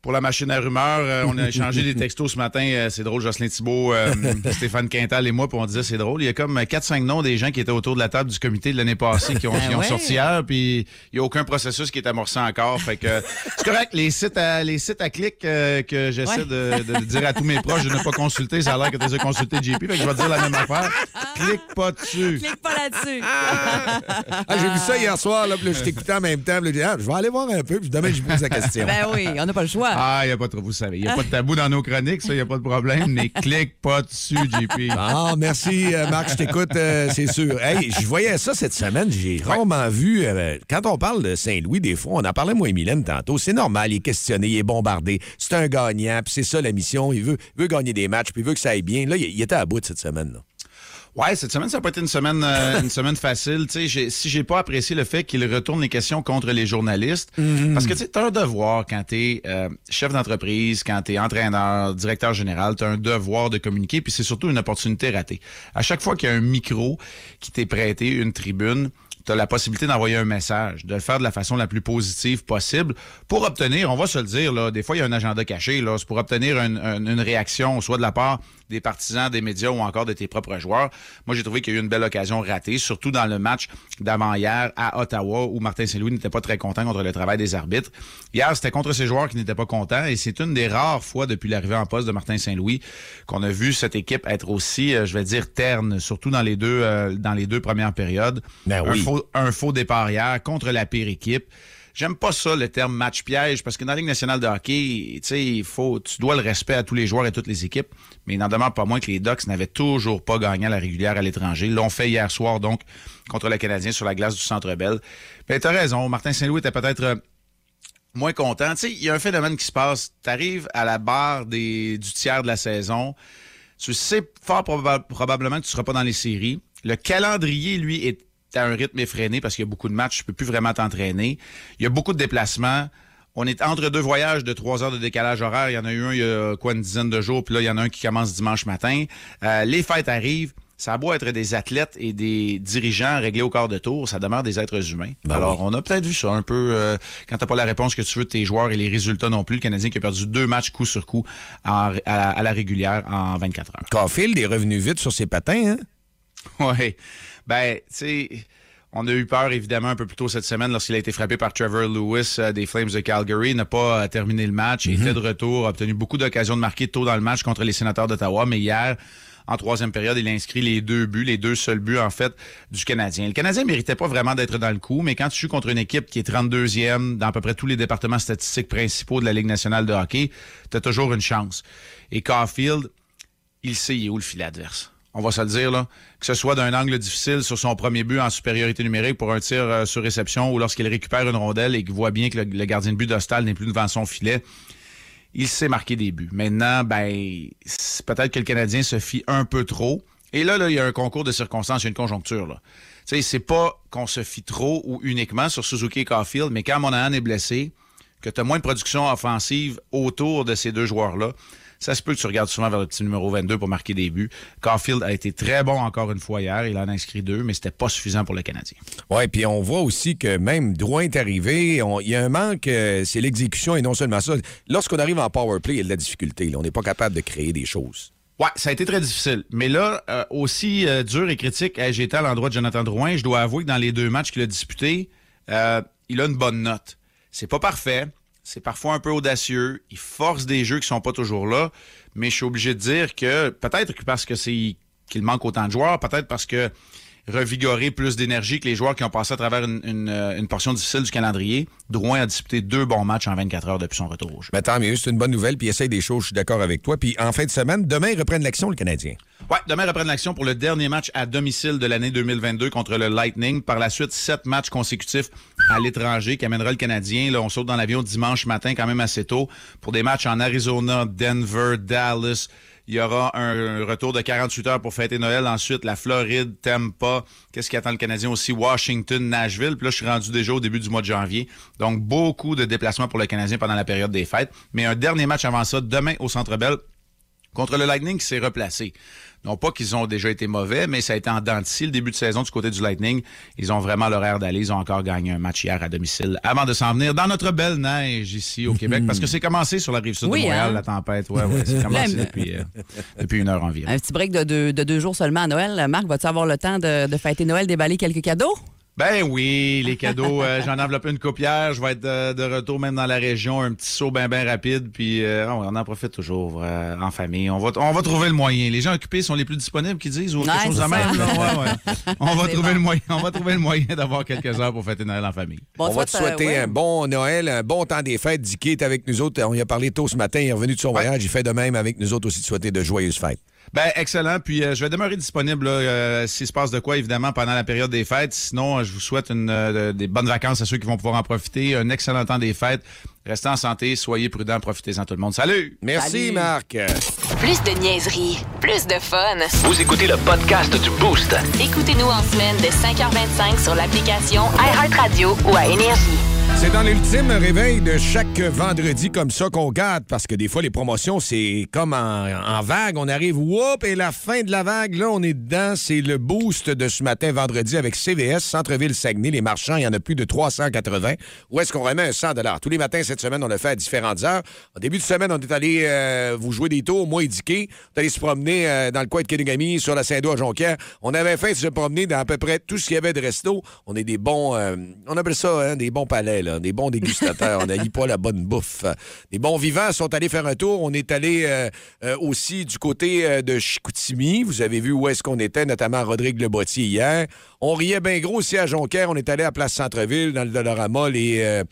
Speaker 17: Pour la machine à rumeurs, euh, on a échangé des textos ce matin. euh, c'est drôle, Jocelyn Thibault, euh, Stéphane Quintal et moi, puis on disait c'est drôle. Il y a comme 4-5 noms des gens qui étaient autour de la table du comité de l'année passée qui ont,
Speaker 18: Ben
Speaker 17: qui ont
Speaker 18: ouais.
Speaker 17: sorti hier, puis il n'y a aucun processus qui est amorcé encore. Fait que c'est correct, les sites à, les sites à clics euh, que j'essaie
Speaker 18: Ouais.
Speaker 17: de, de- de dire à tous mes proches de ne pas consulter, ça a l'air que tu les as consultés, JP, fait que je vais te dire la même affaire. Clique pas dessus.
Speaker 4: Clique pas là-dessus.
Speaker 3: Ah, j'ai vu ça hier soir, là, puis là, je t'écoutais en même temps, puis là, j'ai dit, ah, je vais aller voir un peu, puis demain, je vous pose la question.
Speaker 4: Ben oui, on n'a pas le choix.
Speaker 17: Ah, il n'y a pas de, vous savez, il n'y a pas de tabou dans nos chroniques, ça, il n'y a pas de problème, mais clique pas dessus, JP.
Speaker 3: Ah, merci, euh, Marc, je t'écoute, euh, c'est sûr. Hey, je voyais ça cette semaine, j'ai rarement vu. euh, quand on parle de Saint-Louis, des fois, on en parlait, moi et Mylène, tantôt. C'est normal, il est questionné, il est bombardé. C'est un gagnant, puis c'est ça la mission. Il veut, veut gagner des matchs, puis il veut que ça aille bien. Là, il, il était à bout de cette semaine. là.
Speaker 17: Ouais, cette semaine, ça n'a pas été une semaine, euh, une semaine facile. Tu sais, j'ai- si j'ai pas apprécié le fait qu'il retourne les questions contre les journalistes, parce que tu sais, t'as un devoir quand t'es euh, chef d'entreprise, quand t'es entraîneur, directeur général, t'as un devoir de communiquer, puis c'est surtout une opportunité ratée. À chaque fois qu'il y a un micro qui t'est prêté, une tribune, tu as la possibilité d'envoyer un message, de le faire de la façon la plus positive possible pour obtenir, on va se le dire, là, des fois il y a un agenda caché, là, c'est pour obtenir une, une- une réaction, soit de la part des partisans, des médias ou encore de tes propres joueurs. Moi, j'ai trouvé qu'il y a eu une belle occasion ratée, surtout dans le match d'avant-hier à Ottawa où Martin Saint-Louis n'était pas très content contre le travail des arbitres. Hier, c'était contre ses joueurs qui n'étaient pas contents et c'est une des rares fois depuis l'arrivée en poste de Martin Saint-Louis qu'on a vu cette équipe être aussi, euh, je vais dire, terne, surtout dans les deux, euh, dans les deux premières périodes. Un
Speaker 3: Ben oui.
Speaker 17: faux faux- un faux départ hier contre la pire équipe. J'aime pas ça, le terme match piège, parce que dans la Ligue nationale de hockey, tu sais, il faut, tu dois le respect à tous les joueurs et toutes les équipes, mais il n'en demande pas moins que les Ducks n'avaient toujours pas gagné à la régulière à l'étranger. L'ont fait hier soir, donc, contre le Canadien sur la glace du Centre Bell. Ben, t'as raison. Martin Saint-Louis était peut-être euh, moins content. Tu sais, il y a un phénomène qui se passe. T'arrives à la barre des, du tiers de la saison. Tu sais fort proba- probablement que tu seras pas dans les séries. Le calendrier, lui, est t'as un rythme effréné parce qu'il y a beaucoup de matchs, tu peux plus vraiment t'entraîner. Il y a beaucoup de déplacements. On est entre deux voyages de trois heures de décalage horaire. Il y en a eu un il y a quoi une dizaine de jours, puis là, il y en a un qui commence dimanche matin. Euh, les fêtes arrivent. Ça a beau être des athlètes et des dirigeants réglés au quart de tour, ça demeure des êtres humains. Alors, on a peut-être vu ça un peu euh, quand t'as pas la réponse que tu veux de tes joueurs et les résultats non plus. Le Canadien qui a perdu deux matchs coup sur coup en- à, à la régulière en 24 heures.
Speaker 3: Caulfield est revenu vite sur ses patins, hein?
Speaker 17: Oui. Ben, tu sais, on a eu peur, évidemment, un peu plus tôt cette semaine lorsqu'il a été frappé par Trevor Lewis euh, des Flames de Calgary. Il n'a pas euh, terminé le match. Il était de retour, a obtenu beaucoup d'occasions de marquer tôt dans le match contre les sénateurs d'Ottawa, mais hier, en troisième période, il a inscrit les deux buts, les deux seuls buts, en fait, du Canadien. Le Canadien méritait pas vraiment d'être dans le coup, mais quand tu joues contre une équipe qui est 32e dans à peu près tous les départements statistiques principaux de la Ligue nationale de hockey, tu as toujours une chance. Et Caulfield, il sait il est où le filet adverse. On va se le dire, là. Que ce soit d'un angle difficile sur son premier but en supériorité numérique pour un tir euh, sur réception ou lorsqu'il récupère une rondelle et qu'il voit bien que le, le gardien de but d'Hostal n'est plus devant son filet, il sait marquer des buts. Maintenant, ben, c'est peut-être que le Canadien se fie un peu trop. Et là, là, il y a un concours de circonstances, il y a une conjoncture, là. Tu sais, c'est pas qu'on se fie trop ou uniquement sur Suzuki et Caulfield, mais quand Monahan est blessé, que tu as moins de production offensive autour de ces deux joueurs-là, ça se peut que tu regardes souvent vers le petit numéro 22 pour marquer des buts. Caulfield a été très bon encore une fois hier. Il en a inscrit deux, mais c'était pas suffisant pour le Canadien.
Speaker 3: Oui, puis on voit aussi que même Drouin est arrivé, on- il y a un manque, euh, c'est l'exécution et non seulement ça. Lorsqu'on arrive en power play, il y a de la difficulté. là. On n'est pas capable de créer des choses.
Speaker 17: Ouais, ça a été très difficile. Mais là, euh, aussi euh, dur et critique, euh, j'étais à l'endroit de Jonathan Drouin. Je dois avouer que dans les deux matchs qu'il a disputés, euh, il a une bonne note. C'est pas parfait. C'est parfois un peu audacieux. Il force des jeux qui sont pas toujours là. Mais je suis obligé de dire que peut-être que parce que c'est qu'il manque autant de joueurs, peut-être parce que revigorer plus d'énergie que les joueurs qui ont passé à travers une, une, euh, une portion difficile du calendrier, Drouin a disputé deux bons matchs en 24 heures depuis son retour au jeu.
Speaker 3: Mais tant mieux, c'est une bonne nouvelle, puis essaye des choses, je suis d'accord avec toi. Puis en fin de semaine, demain, ils reprennent l'action, le Canadien.
Speaker 17: Ouais, demain reprennent l'action pour le dernier match à domicile de l'année 2022 contre le Lightning. Par la suite, sept matchs consécutifs à l'étranger qui amènera le Canadien. Là, on saute dans l'avion dimanche matin quand même assez tôt pour des matchs en Arizona, Denver, Dallas. Il y aura un un retour de 48 heures pour fêter Noël. Ensuite, la Floride, Tampa. Qu'est-ce qui attend le Canadien aussi? Washington, Nashville. Puis là, je suis rendu déjà au début du mois de janvier. Donc, beaucoup de déplacements pour le Canadien pendant la période des fêtes. Mais un dernier match avant ça, demain au Centre Bell contre le Lightning qui s'est replacé. Non pas qu'ils ont déjà été mauvais, mais ça a été en dents de scie le début de saison du côté du Lightning. Ils ont vraiment l'horaire d'aller. Ils ont encore gagné un match hier à domicile avant de s'en venir dans notre belle neige ici au Québec parce que c'est commencé sur la rive sud
Speaker 4: Oui,
Speaker 17: de Montréal,
Speaker 4: hein?
Speaker 17: la tempête. Ouais, ouais, c'est commencé
Speaker 4: Même.
Speaker 17: depuis, euh, depuis une heure environ.
Speaker 4: Un petit break de deux, de deux jours seulement à Noël. Marc, vas-tu avoir le temps de, de fêter Noël, déballer quelques cadeaux?
Speaker 17: Ben oui, les cadeaux, euh, j'en ai enveloppé une copière, je vais être euh, de, de retour même dans la région, un petit saut bien ben rapide, puis euh, on en profite toujours euh, en famille. On va, on va trouver le moyen. Les gens occupés sont les plus disponibles qui disent ou quelque
Speaker 4: Ouais,
Speaker 17: chose de
Speaker 4: c'est
Speaker 17: même.
Speaker 4: ça.
Speaker 17: là. Ouais, ouais. On va
Speaker 4: C'est
Speaker 17: trouver
Speaker 4: bon.
Speaker 17: le moyen, on va trouver le moyen d'avoir quelques heures pour fêter Noël en famille.
Speaker 3: on va te
Speaker 4: euh,
Speaker 3: souhaiter un bon Noël, un bon temps des fêtes. Dicky est avec nous autres. On y a parlé tôt ce matin. Il est revenu de son voyage. Il fait de même avec nous autres aussi de souhaiter de joyeuses fêtes.
Speaker 17: Ben excellent. Puis euh, je vais demeurer disponible là, euh, s'il se passe de quoi évidemment pendant la période des fêtes. Sinon, euh, je vous souhaite une, euh, des bonnes vacances à ceux qui vont pouvoir en profiter. Un excellent temps des fêtes. Restez en santé, soyez prudents, profitez-en tout le monde. Salut.
Speaker 3: Merci,
Speaker 1: Salut.
Speaker 3: Marc.
Speaker 1: Plus de niaiserie, plus de fun.
Speaker 2: Vous écoutez le podcast du Boost.
Speaker 1: Écoutez-nous en semaine de 5h25 sur l'application iHeartRadio ou à Énergie.
Speaker 3: C'est dans l'ultime réveil de chaque vendredi comme ça qu'on garde parce que des fois, les promotions, c'est comme en, en vague. On arrive, whoop, et la fin de la vague, là, on est dedans. C'est le boost de ce matin, vendredi, avec CVS, Centre-Ville Saguenay, les marchands. Il y en a plus de 380. Où est-ce qu'on remet un 100 Tous les matins, cette semaine, on le fait à différentes heures. En début de semaine, on est allé euh, vous jouer des tours, moi et Dicky. On est allé se promener euh, dans le coin de Kenigami, sur la Saint-Doux à Jonquière. On avait faim de se promener dans à peu près tout ce qu'il y avait de resto. On est des bons, euh, on appelle ça hein, des bons palais, là, des bons dégustateurs. on n'a pas la bonne bouffe. Des bons vivants sont allés faire un tour. On est allé euh, euh, aussi du côté euh, de Chicoutimi. Vous avez vu où est-ce qu'on était, notamment à Rodrigue Le Bottier hier. On riait bien gros aussi à Jonquière. On est allé à Place Centreville, dans le Dolorama, les... euh,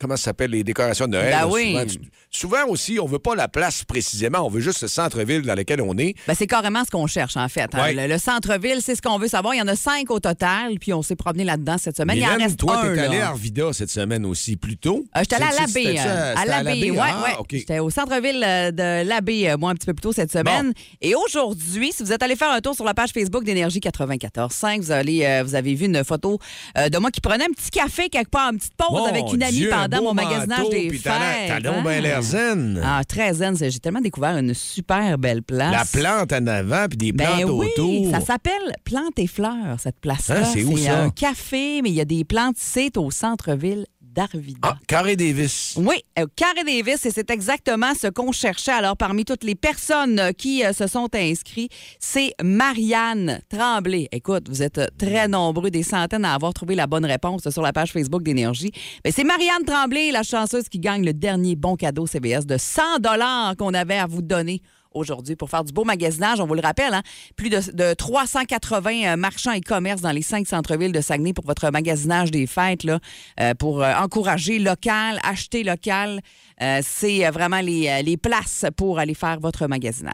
Speaker 3: comment ça s'appelle, les décorations de Noël.
Speaker 4: Ben
Speaker 3: là,
Speaker 4: oui.
Speaker 3: souvent, tu- souvent aussi, on veut pas la place précisément, on veut juste le centre-ville dans lequel on est.
Speaker 4: Ben, c'est carrément ce qu'on cherche, en fait. hein.
Speaker 3: Ouais.
Speaker 4: Le, le centre-ville, c'est ce qu'on veut savoir. Il y en a cinq au total, puis on s'est promené là-dedans cette semaine. Il en
Speaker 3: Mylène,
Speaker 4: reste
Speaker 3: toi,
Speaker 4: un.
Speaker 3: t'es allé
Speaker 4: là.
Speaker 3: à Arvida cette semaine aussi, plus tôt.
Speaker 4: Euh, J'étais allée à
Speaker 3: C'est-
Speaker 4: l'abbé.
Speaker 3: c'était-
Speaker 4: euh,
Speaker 3: c'était
Speaker 4: À l'abbé, ouais,
Speaker 3: Ah,
Speaker 4: ouais.
Speaker 3: OK.
Speaker 4: J'étais au centre-ville euh, de l'abbé, euh, moi, un petit peu plus tôt cette semaine. Et aujourd'hui, si vous êtes allé faire un tour sur la page Facebook d'Énergie 94.5, vous, allez, euh, vous avez vu une photo euh, de moi qui prenait un petit café quelque part, une petite pause
Speaker 3: Mon
Speaker 4: avec une amie
Speaker 3: Dieu, un
Speaker 4: pendant
Speaker 3: beau
Speaker 4: mon magasinage
Speaker 3: manteau,
Speaker 4: des
Speaker 3: puis
Speaker 4: fêtes.
Speaker 3: t'as l'air- t'as donc
Speaker 4: hein.
Speaker 3: bien l'air zen.
Speaker 4: Ah, très zen. c'est- J'ai tellement découvert une super belle place.
Speaker 3: La plante en avant, puis des plantes
Speaker 4: hein. Ben oui,
Speaker 3: autour.
Speaker 4: ça s'appelle Plantes et fleurs, cette place-là.
Speaker 3: Hein, c'est où, ça?
Speaker 4: un café, mais il y a des plantes. C'est au centre-ville d'Arvida.
Speaker 3: Ah, Carré Davis.
Speaker 4: Oui, euh, Carré Davis, et c'est exactement ce qu'on cherchait. Alors, parmi toutes les personnes euh, qui euh, se sont inscrites, c'est Marianne Tremblay. Écoute, vous êtes euh, très nombreux, des centaines à avoir trouvé la bonne réponse sur la page Facebook d'Énergie. Mais c'est Marianne Tremblay, la chanceuse qui gagne le dernier bon cadeau CBS de 100 dollars qu'on avait à vous donner aujourd'hui pour faire du beau magasinage. On vous le rappelle, hein, plus de, de 380 euh, marchands et commerces dans les cinq centres-villes de Saguenay pour votre magasinage des fêtes, là, euh, pour euh, encourager local, acheter local. Euh, C'est euh, vraiment les, euh, les places pour aller faire votre magasinage.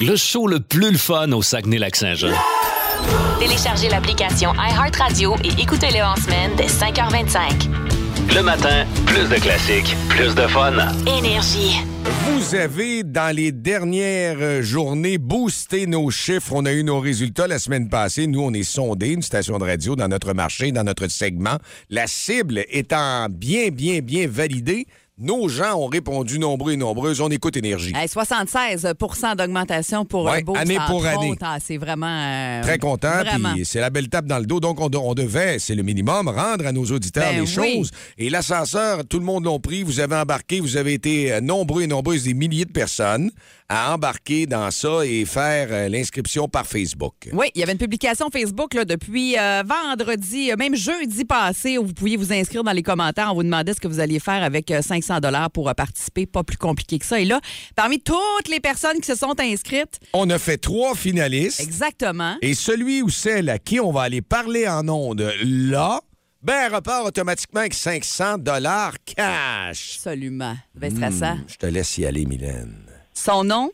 Speaker 2: Le show le plus le fun au Saguenay-Lac-Saint-Jean.
Speaker 1: Téléchargez l'application iHeartRadio et écoutez-le en semaine dès 5h25.
Speaker 2: Le matin, plus de classiques, plus de fun.
Speaker 1: Énergie.
Speaker 3: Vous avez, dans les dernières euh, journées, boosté nos chiffres. On a eu nos résultats la semaine passée. Nous, on est sondé, une station de radio, dans notre marché, dans notre segment. La cible étant bien, bien, bien validée, nos gens ont répondu nombreux et nombreuses. On écoute Énergie.
Speaker 4: Hey, 76 d'augmentation pour euh,
Speaker 3: Ouais,
Speaker 4: un beau
Speaker 3: année pour année.
Speaker 4: Ah, C'est vraiment... euh,
Speaker 3: Très content,
Speaker 4: vraiment.
Speaker 3: puis c'est la belle tape dans le dos. Donc, on, de- on devait, c'est le minimum, rendre à nos auditeurs
Speaker 4: Ben
Speaker 3: les
Speaker 4: oui.
Speaker 3: choses. Et l'ascenseur, tout le monde l'a pris, vous avez embarqué, vous avez été euh, nombreux et nombreuses, des milliers de personnes, à embarquer dans ça et faire euh, l'inscription par Facebook.
Speaker 4: Oui, il y avait une publication Facebook là, depuis euh, vendredi, euh, même jeudi passé, où vous pouviez vous inscrire dans les commentaires. On vous demandait ce que vous alliez faire avec euh, 500 dollars pour euh, participer. Pas plus compliqué que ça. Et là, parmi toutes les personnes qui se sont inscrites,
Speaker 3: On a fait trois finalistes.
Speaker 4: exactement.
Speaker 3: Et celui ou celle à qui on va aller parler en ondes là, ben, repart automatiquement avec 500 dollars cash.
Speaker 4: Absolument. Ben, ce sera ça.
Speaker 3: Hmm, je te laisse y aller, Mylène.
Speaker 4: Son nom,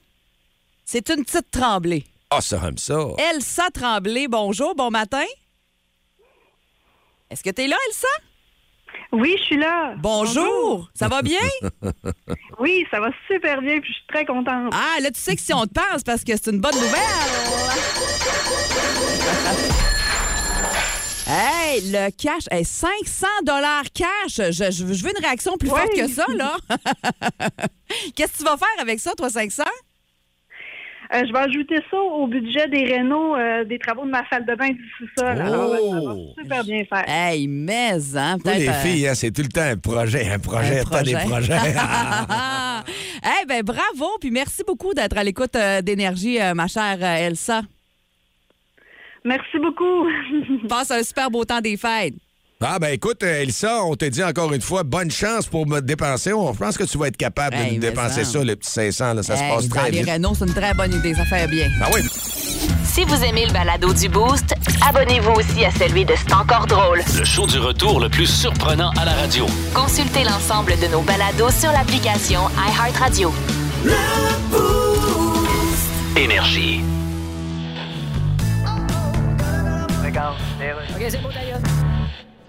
Speaker 4: c'est une petite Tremblay.
Speaker 3: Ah, ça aime ça.
Speaker 4: Elsa Tremblay, bonjour, bon matin. Est-ce que tu es là, Elsa?
Speaker 18: Oui, je suis là.
Speaker 4: Bonjour. Ça va bien?
Speaker 18: Oui, ça va super bien, puis je suis très contente.
Speaker 4: Ah, là, tu sais que si on te parle, c'est parce que c'est une bonne nouvelle. Hey, le cash, hey, 500 dollars cash. Je, je- je veux une réaction plus forte que ça, là. Qu'est-ce que tu vas faire avec ça, toi, 500?
Speaker 18: Euh, je vais ajouter ça au budget des rénaux euh, des travaux de ma salle de bain du sous-sol. Alors, ouais, ça va super bien faire.
Speaker 4: Hey, mais, hein,
Speaker 3: Oui,
Speaker 4: peut-être.
Speaker 3: les
Speaker 4: euh,
Speaker 3: filles, hein, c'est tout le temps un projet, un projet,
Speaker 4: un
Speaker 3: pas des projets.
Speaker 4: hey, ben, bravo, puis merci beaucoup d'être à l'écoute euh, d'énergie, euh, ma chère euh, Elsa.
Speaker 18: Merci beaucoup.
Speaker 4: Passe un super beau temps des fêtes.
Speaker 3: Ah ben écoute, euh, Elsa, on te dit encore une fois, bonne chance pour me dépenser. On je pense que tu vas être capable
Speaker 4: Hey,
Speaker 3: de nous
Speaker 4: mais
Speaker 3: dépenser
Speaker 4: ça.
Speaker 3: ça, le petit 500, là, ça
Speaker 4: Hey,
Speaker 3: se passe
Speaker 4: dans
Speaker 3: très
Speaker 4: les
Speaker 3: vite.
Speaker 4: Renault, c'est une très bonne idée, ça fait bien.
Speaker 3: Ah oui.
Speaker 1: Si vous aimez le balado du Boost, abonnez-vous aussi à celui de C'est encore drôle.
Speaker 2: Le show du retour le plus surprenant à la radio.
Speaker 1: Consultez l'ensemble de nos balados sur l'application iHeartRadio.
Speaker 2: Énergie.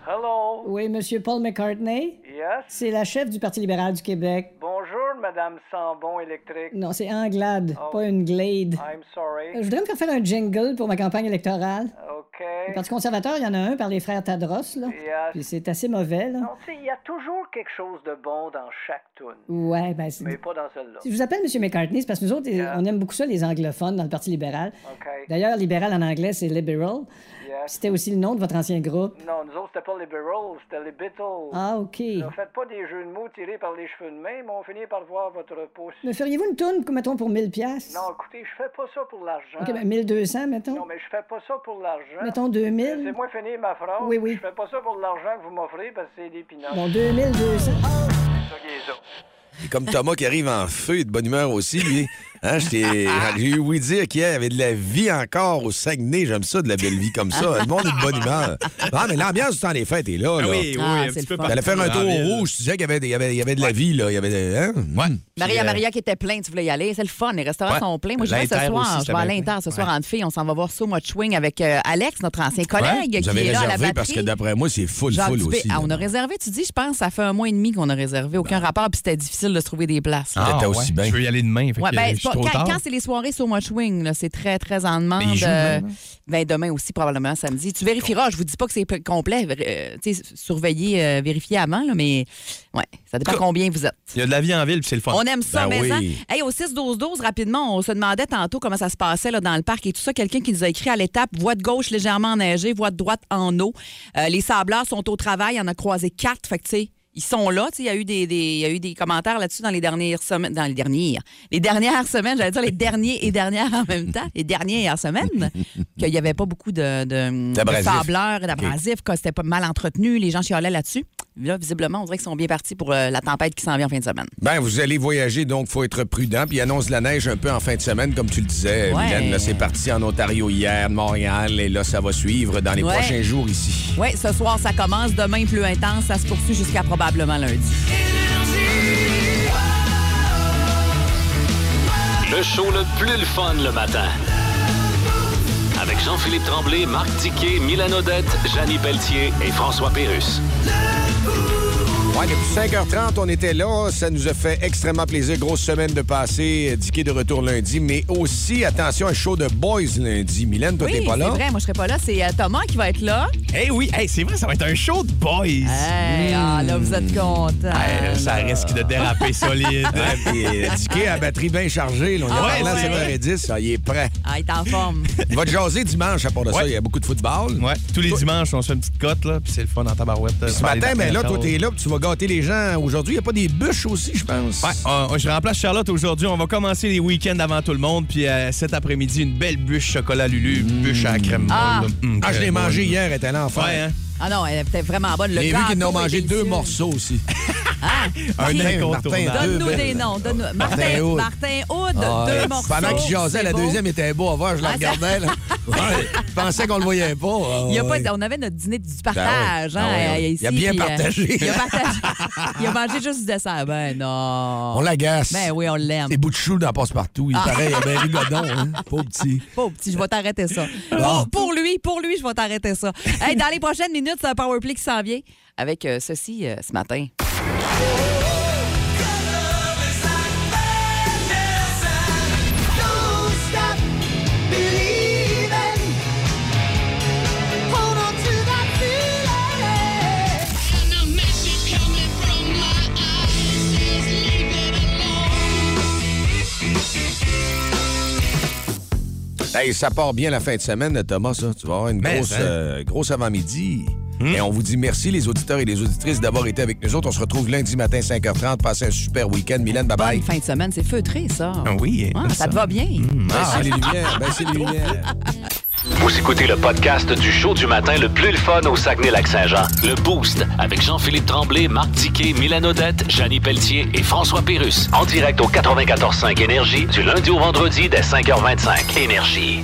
Speaker 9: Hello. Oui, Monsieur Paul McCartney.
Speaker 19: Yes.
Speaker 9: C'est la chef du Parti libéral du Québec.
Speaker 19: Bonjour, Madame Sambon électrique.
Speaker 9: Non, c'est Anglade, pas une Glade.
Speaker 19: Oh, I'm sorry.
Speaker 9: Euh, Je voudrais me faire faire un jingle pour ma campagne électorale.
Speaker 19: OK.
Speaker 9: Le Parti conservateur, il y en a un par les frères Tadros, là.
Speaker 19: Yes.
Speaker 9: Puis c'est assez mauvais, là.
Speaker 19: Non, tu sais, il y a toujours quelque chose de bon dans chaque tune.
Speaker 9: Ouais, ben c'est-
Speaker 19: Mais pas dans celle-là.
Speaker 9: Si je vous appelle M. McCartney, c'est parce que nous autres, on aime beaucoup ça, les anglophones, dans le Parti libéral.
Speaker 19: OK.
Speaker 9: D'ailleurs, libéral en anglais, c'est liberal.
Speaker 19: Yes.
Speaker 9: C'était aussi le nom de votre ancien groupe.
Speaker 19: Non, nous autres, c'était pas les Beatles, c'était les Beatles.
Speaker 9: Ah, OK.
Speaker 19: Ne faites pas des jeux de mots tirés par les cheveux de main, mais on finit par voir votre pouce.
Speaker 9: Me feriez-vous une toune, mettons, pour 1000 pièces
Speaker 19: Non, écoutez, je fais pas ça pour l'argent.
Speaker 9: OK, ben 1200, mettons.
Speaker 19: Non, mais je fais pas ça pour l'argent.
Speaker 9: Mettons 2000.
Speaker 19: C'est moi finir ma phrase.
Speaker 9: Oui, oui.
Speaker 19: Je fais pas ça pour l'argent que vous m'offrez parce que c'est des pinottes.
Speaker 9: Bon, 2200.
Speaker 19: C'est ça qui est ça.
Speaker 3: Et comme Thomas qui arrive en feu et de bonne humeur aussi, lui. Hein, je t'ai- J'ai eu oui dire qu'il y avait de la vie encore au Saguenay. J'aime ça, de la belle vie comme ça. Le monde est de bonne humeur. Ah, mais l'ambiance du temps des fêtes est là.
Speaker 4: Ah
Speaker 3: là.
Speaker 4: oui, oui, Ah, un c'est petit le peu fun. partout
Speaker 3: T'allais faire un
Speaker 4: dans
Speaker 3: tour
Speaker 4: la ville.
Speaker 3: au rouge. Tu disais qu'il y avait, des- il y avait- il y avait de la vie. Là. Il y avait des- hein?
Speaker 4: Maria
Speaker 3: Puis, euh,
Speaker 4: Maria qui était plein, tu voulais y aller. C'est le fun. Les restaurants
Speaker 3: Ouais.
Speaker 4: sont pleins. Moi, je vais ce
Speaker 3: L'Inter
Speaker 4: soir.
Speaker 3: aussi,
Speaker 4: je vais à
Speaker 3: c'était bien
Speaker 4: l'Inter ce soir entre filles. On s'en va voir So Much Wing avec euh, Alex, notre ancien
Speaker 3: ouais,
Speaker 4: collègue
Speaker 3: vous
Speaker 4: qui
Speaker 3: avez
Speaker 4: est là à la
Speaker 3: réservé
Speaker 4: batterie.
Speaker 3: parce que d'après moi, c'est full,
Speaker 4: Jacques
Speaker 3: full
Speaker 4: Dubé.
Speaker 3: aussi. Ah.
Speaker 4: Ah, on a réservé, tu dis, je pense, ça fait un mois et demi qu'on a réservé. Aucun rapport, puis c'était difficile de se trouver des places. là.
Speaker 17: Ah,
Speaker 3: T'étais aussi bien. Je veux y aller demain.
Speaker 4: Ouais, ben, c'est pas- quand quand c'est les soirées So Much Wing, là, c'est très, très en demande.
Speaker 3: Mais ils jouent
Speaker 4: Euh,
Speaker 3: demain,
Speaker 4: ben, demain aussi, probablement, samedi. Tu vérifieras. Je vous dis pas que c'est p- complet. euh, tu sais, surveiller, euh, vérifier avant, là, mais ouais, ça dépend combien vous êtes.
Speaker 17: Il y a de la vie en ville, puis c'est le fun.
Speaker 4: On aime
Speaker 3: Ben
Speaker 4: ça, mais
Speaker 17: ça.
Speaker 4: hein. Hey, au 6-12-12, rapidement, on se demandait tantôt comment ça se passait là, dans le parc et tout ça. Quelqu'un qui nous a écrit à l'étape voie de gauche légèrement enneigée, voie de droite en eau. Euh, les sableurs sont au travail, on a croisé quatre. Fait que, tu sais, ils sont là. Tu sais, Il y, a eu des, des- il y a eu des commentaires là-dessus dans les dernières semaines. Dans les dernières. Les dernières semaines, j'allais dire les derniers et dernières en même temps. Les dernières semaines. qu'il n'y avait pas beaucoup de, de, de
Speaker 3: D'abrasifs.
Speaker 4: sableurs, d'abrasifs, que c'était pas mal entretenu. Les gens chialaient là-dessus. Là, visiblement, on dirait qu'ils sont bien partis pour euh, la tempête qui s'en vient en fin de semaine.
Speaker 3: Ben, vous allez voyager, donc faut être prudent. Puis il annonce la neige un peu en fin de semaine, comme tu le disais,
Speaker 4: Ouais.
Speaker 3: Mylène. Là, c'est parti en Ontario hier, Montréal, et là, ça va suivre dans les
Speaker 4: Ouais.
Speaker 3: prochains jours ici.
Speaker 4: Oui, ce soir, ça commence. Demain, plus intense. Ça se poursuit jusqu'à probablement lundi.
Speaker 2: Le show le plus le fun le matin. Avec Jean-Philippe Tremblay, Marc Tiquet, Milan Odette, Janine Pelletier et François Pérus.
Speaker 3: Ouais, depuis 5h30, on était là. Ça nous a fait extrêmement plaisir. Grosse semaine de passé. Dicky de retour lundi. Mais aussi, attention, un show de boys lundi. Mylène, toi,
Speaker 4: oui,
Speaker 3: t'es pas là.
Speaker 4: c'est vrai. Moi, je serai pas là. C'est euh, Thomas qui va être là.
Speaker 17: Eh oui, hey, c'est vrai, ça va être un show de boys.
Speaker 4: Hey, ah, là, vous
Speaker 3: Hmm.
Speaker 4: êtes contents. Ah,
Speaker 17: Eh, ça risque de déraper solide.
Speaker 3: Euh, Tiquet à batterie bien chargée. là, on y a
Speaker 17: Ouais,
Speaker 3: parlé
Speaker 17: c'est
Speaker 3: à 7h10. Ah, il est prêt.
Speaker 4: Ah, il est en forme.
Speaker 3: Il va te jaser dimanche à part de ça.
Speaker 17: Ouais.
Speaker 3: Il y a beaucoup de football.
Speaker 17: Ouais, tous les dimanches, on se fait une petite cote, là, puis c'est le fun en tabarouette. euh,
Speaker 3: Puis Ce matin, ben là, toi, t'es là, puis tu vas gâter les gens. Aujourd'hui, il n'y a pas des bûches aussi, je pense.
Speaker 17: Ouais, on- on- Ah, je remplace Charlotte aujourd'hui. On va commencer les week-ends avant tout le monde. Puis euh, cet après-midi, une belle bûche chocolat Lulu, bûche à la crème
Speaker 4: Ah.
Speaker 17: molle, là. Mm,
Speaker 3: Ah, je l'ai
Speaker 17: crème
Speaker 3: mangé
Speaker 17: molle.
Speaker 3: hier, elle était là en
Speaker 17: Ouais, hein?
Speaker 4: Ah non, elle était vraiment bonne. Le
Speaker 3: J'ai vu qu'ils en ont
Speaker 4: gâteau est
Speaker 3: mangé deux
Speaker 4: délicieux. Hein?
Speaker 3: morceaux aussi.
Speaker 4: Un
Speaker 3: incontournable. Martin, deux
Speaker 4: Donne-nous
Speaker 3: belles.
Speaker 4: des noms. Donne-nous... Martin,
Speaker 3: Martin Hood.
Speaker 4: Martin Hood,
Speaker 3: Ah,
Speaker 4: deux
Speaker 3: ouais.
Speaker 4: morceaux.
Speaker 3: Pendant qu'il jasait,
Speaker 4: c'est
Speaker 3: la
Speaker 4: beau.
Speaker 3: deuxième était beau à voir, je la
Speaker 4: Ah, ça-
Speaker 3: regardais. là. Ouais, Je pensais qu'on le voyait pas. Ah,
Speaker 4: Il y a
Speaker 3: ouais.
Speaker 4: pas, on avait notre dîner du
Speaker 3: Ben
Speaker 4: partage.
Speaker 3: oui.
Speaker 4: hein,
Speaker 3: Ah oui, oui.
Speaker 4: ici,
Speaker 3: Il a bien
Speaker 4: puis, euh,
Speaker 3: partagé.
Speaker 4: il a partagé. Il a mangé juste du dessert. Ben non.
Speaker 3: On l'agace.
Speaker 4: Ben oui, on l'aime.
Speaker 3: Les bouts de chou, il en passe partout. Il
Speaker 4: Ah.
Speaker 3: paraît, il est bien rigodon. Hein? Pauvre petit.
Speaker 4: Pauvre petit, je vais t'arrêter ça.
Speaker 3: Bon.
Speaker 4: Pour, pour lui, pour lui, je vais t'arrêter ça. Hey, dans les prochaines minutes, c'est un power play qui s'en vient avec euh, ceci euh, ce matin.
Speaker 3: Hey, ça part bien la fin de semaine, Thomas. ça. Tu vas avoir une
Speaker 17: Mais,
Speaker 3: grosse,
Speaker 17: hein. Hmm?
Speaker 3: euh, grosse avant-midi. Et on vous dit merci, les auditeurs et les auditrices, d'avoir été avec nous autres. On se retrouve lundi matin, 5h30. Passez un super week-end. Mylène, bye-bye.
Speaker 4: Bonne fin de semaine, c'est feutré ça.
Speaker 17: oui.
Speaker 4: Ah, ça te va bien.
Speaker 3: Baissez
Speaker 17: Ah.
Speaker 3: les lumières, baissez les lumières.
Speaker 2: Vous écoutez le podcast du show du matin le plus le fun au Saguenay-Lac-Saint-Jean. Le Boost avec Jean-Philippe Tremblay, Marc Tiquet, Milan Odette, Janine Pelletier et François Pérus. En direct au 94.5 Énergie du lundi au vendredi dès 5h25. Énergie.